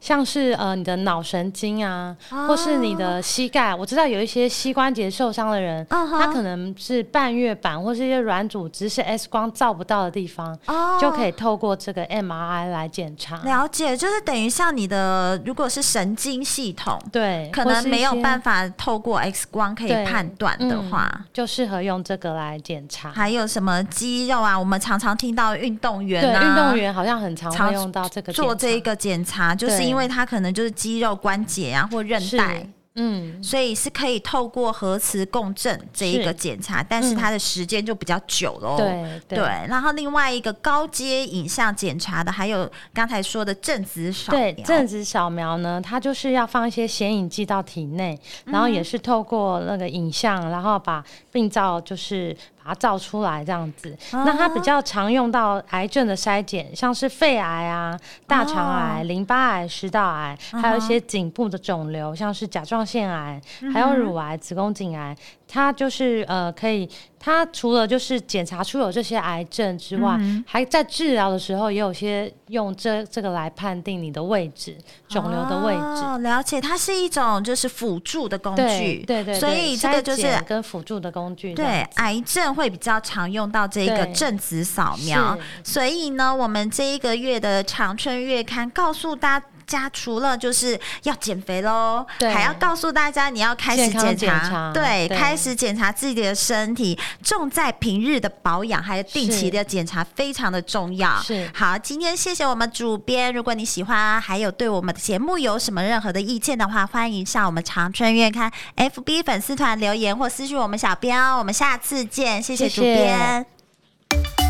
[SPEAKER 2] 像是呃你的脑神经啊，或是你的膝盖，我知道有一些膝关节受伤的人，
[SPEAKER 1] 嗯哼
[SPEAKER 2] 他可能是半月板或是一些软组织是 X 光照不到的地方，
[SPEAKER 1] 哦
[SPEAKER 2] 就可以透过这个 MRI 来检查。
[SPEAKER 1] 了解，就是等于像你的如果是神经系统，
[SPEAKER 2] 对，
[SPEAKER 1] 可能没有办
[SPEAKER 2] 法
[SPEAKER 1] 法透过 X 光可以判断
[SPEAKER 2] 嗯
[SPEAKER 1] 的话。
[SPEAKER 2] 就适合用这个来检查。
[SPEAKER 1] 还有什么肌肉啊？我们常常听到运动员
[SPEAKER 2] 对，
[SPEAKER 1] 啊，
[SPEAKER 2] 运动员好像很常
[SPEAKER 1] 常
[SPEAKER 2] 会用到这个
[SPEAKER 1] 做
[SPEAKER 2] 检
[SPEAKER 1] 这个检查，就是
[SPEAKER 2] 对
[SPEAKER 1] 因为他可能就是肌肉关节啊或韧
[SPEAKER 2] 查
[SPEAKER 1] 带
[SPEAKER 2] 是，嗯，
[SPEAKER 1] 所以是可以透过核磁共振这一个
[SPEAKER 2] 是嗯
[SPEAKER 1] 检查，但是它的时间就比较久了哦。
[SPEAKER 2] 对
[SPEAKER 1] 对，然后另外一个高阶影像检查的，还有刚才说的正子扫描
[SPEAKER 2] 对，正子扫描呢，它就是要放一些显影剂到体内，
[SPEAKER 1] 嗯
[SPEAKER 2] 然后也是透过那个影像，然后把病灶就是把它照出来这样子。
[SPEAKER 1] 啊
[SPEAKER 2] 那它比较常用到癌症的筛检，像是肺癌啊、大肠
[SPEAKER 1] 哦
[SPEAKER 2] 癌、淋巴癌、食道癌，还有一
[SPEAKER 1] 啊
[SPEAKER 2] 些颈部的肿瘤，像是甲状腺癌，
[SPEAKER 1] 嗯
[SPEAKER 2] 还有乳癌、子宫颈癌，它就是呃可以。它除了就是检查出有这些癌症之外，
[SPEAKER 1] 嗯
[SPEAKER 2] 还在治疗的时候也有些用这这个来判定你的位置、肿瘤的位置。
[SPEAKER 1] 哦，了解，它是一种就是辅助的工
[SPEAKER 2] 对
[SPEAKER 1] 具，
[SPEAKER 2] 对对，
[SPEAKER 1] 所
[SPEAKER 2] 对
[SPEAKER 1] 以这个
[SPEAKER 2] 筛
[SPEAKER 1] 就是
[SPEAKER 2] 检跟辅助的工具这
[SPEAKER 1] 对
[SPEAKER 2] 样子。
[SPEAKER 1] 癌症会比较常用到这一个
[SPEAKER 2] 对
[SPEAKER 1] 正子扫描，所以呢，我们这一个月的长春月刊告诉大家。除了就是要减肥喽，
[SPEAKER 2] 对
[SPEAKER 1] 还要告诉大家你要开始
[SPEAKER 2] 健康
[SPEAKER 1] 检
[SPEAKER 2] 检查
[SPEAKER 1] 对，
[SPEAKER 2] 对
[SPEAKER 1] 开始检查自己的身体，重在平日的保养，还有定期的检查非常的重要。
[SPEAKER 2] 是
[SPEAKER 1] 好，今天谢谢我们主编，如果你喜欢，还有对我们的节目有什么任何的意见的话，欢迎上我们长春月刊 FB 粉丝团留言或私讯我们小编哦。我们下次见，谢谢
[SPEAKER 2] 谢谢
[SPEAKER 1] 主编。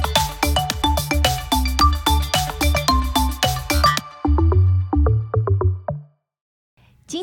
[SPEAKER 3] 今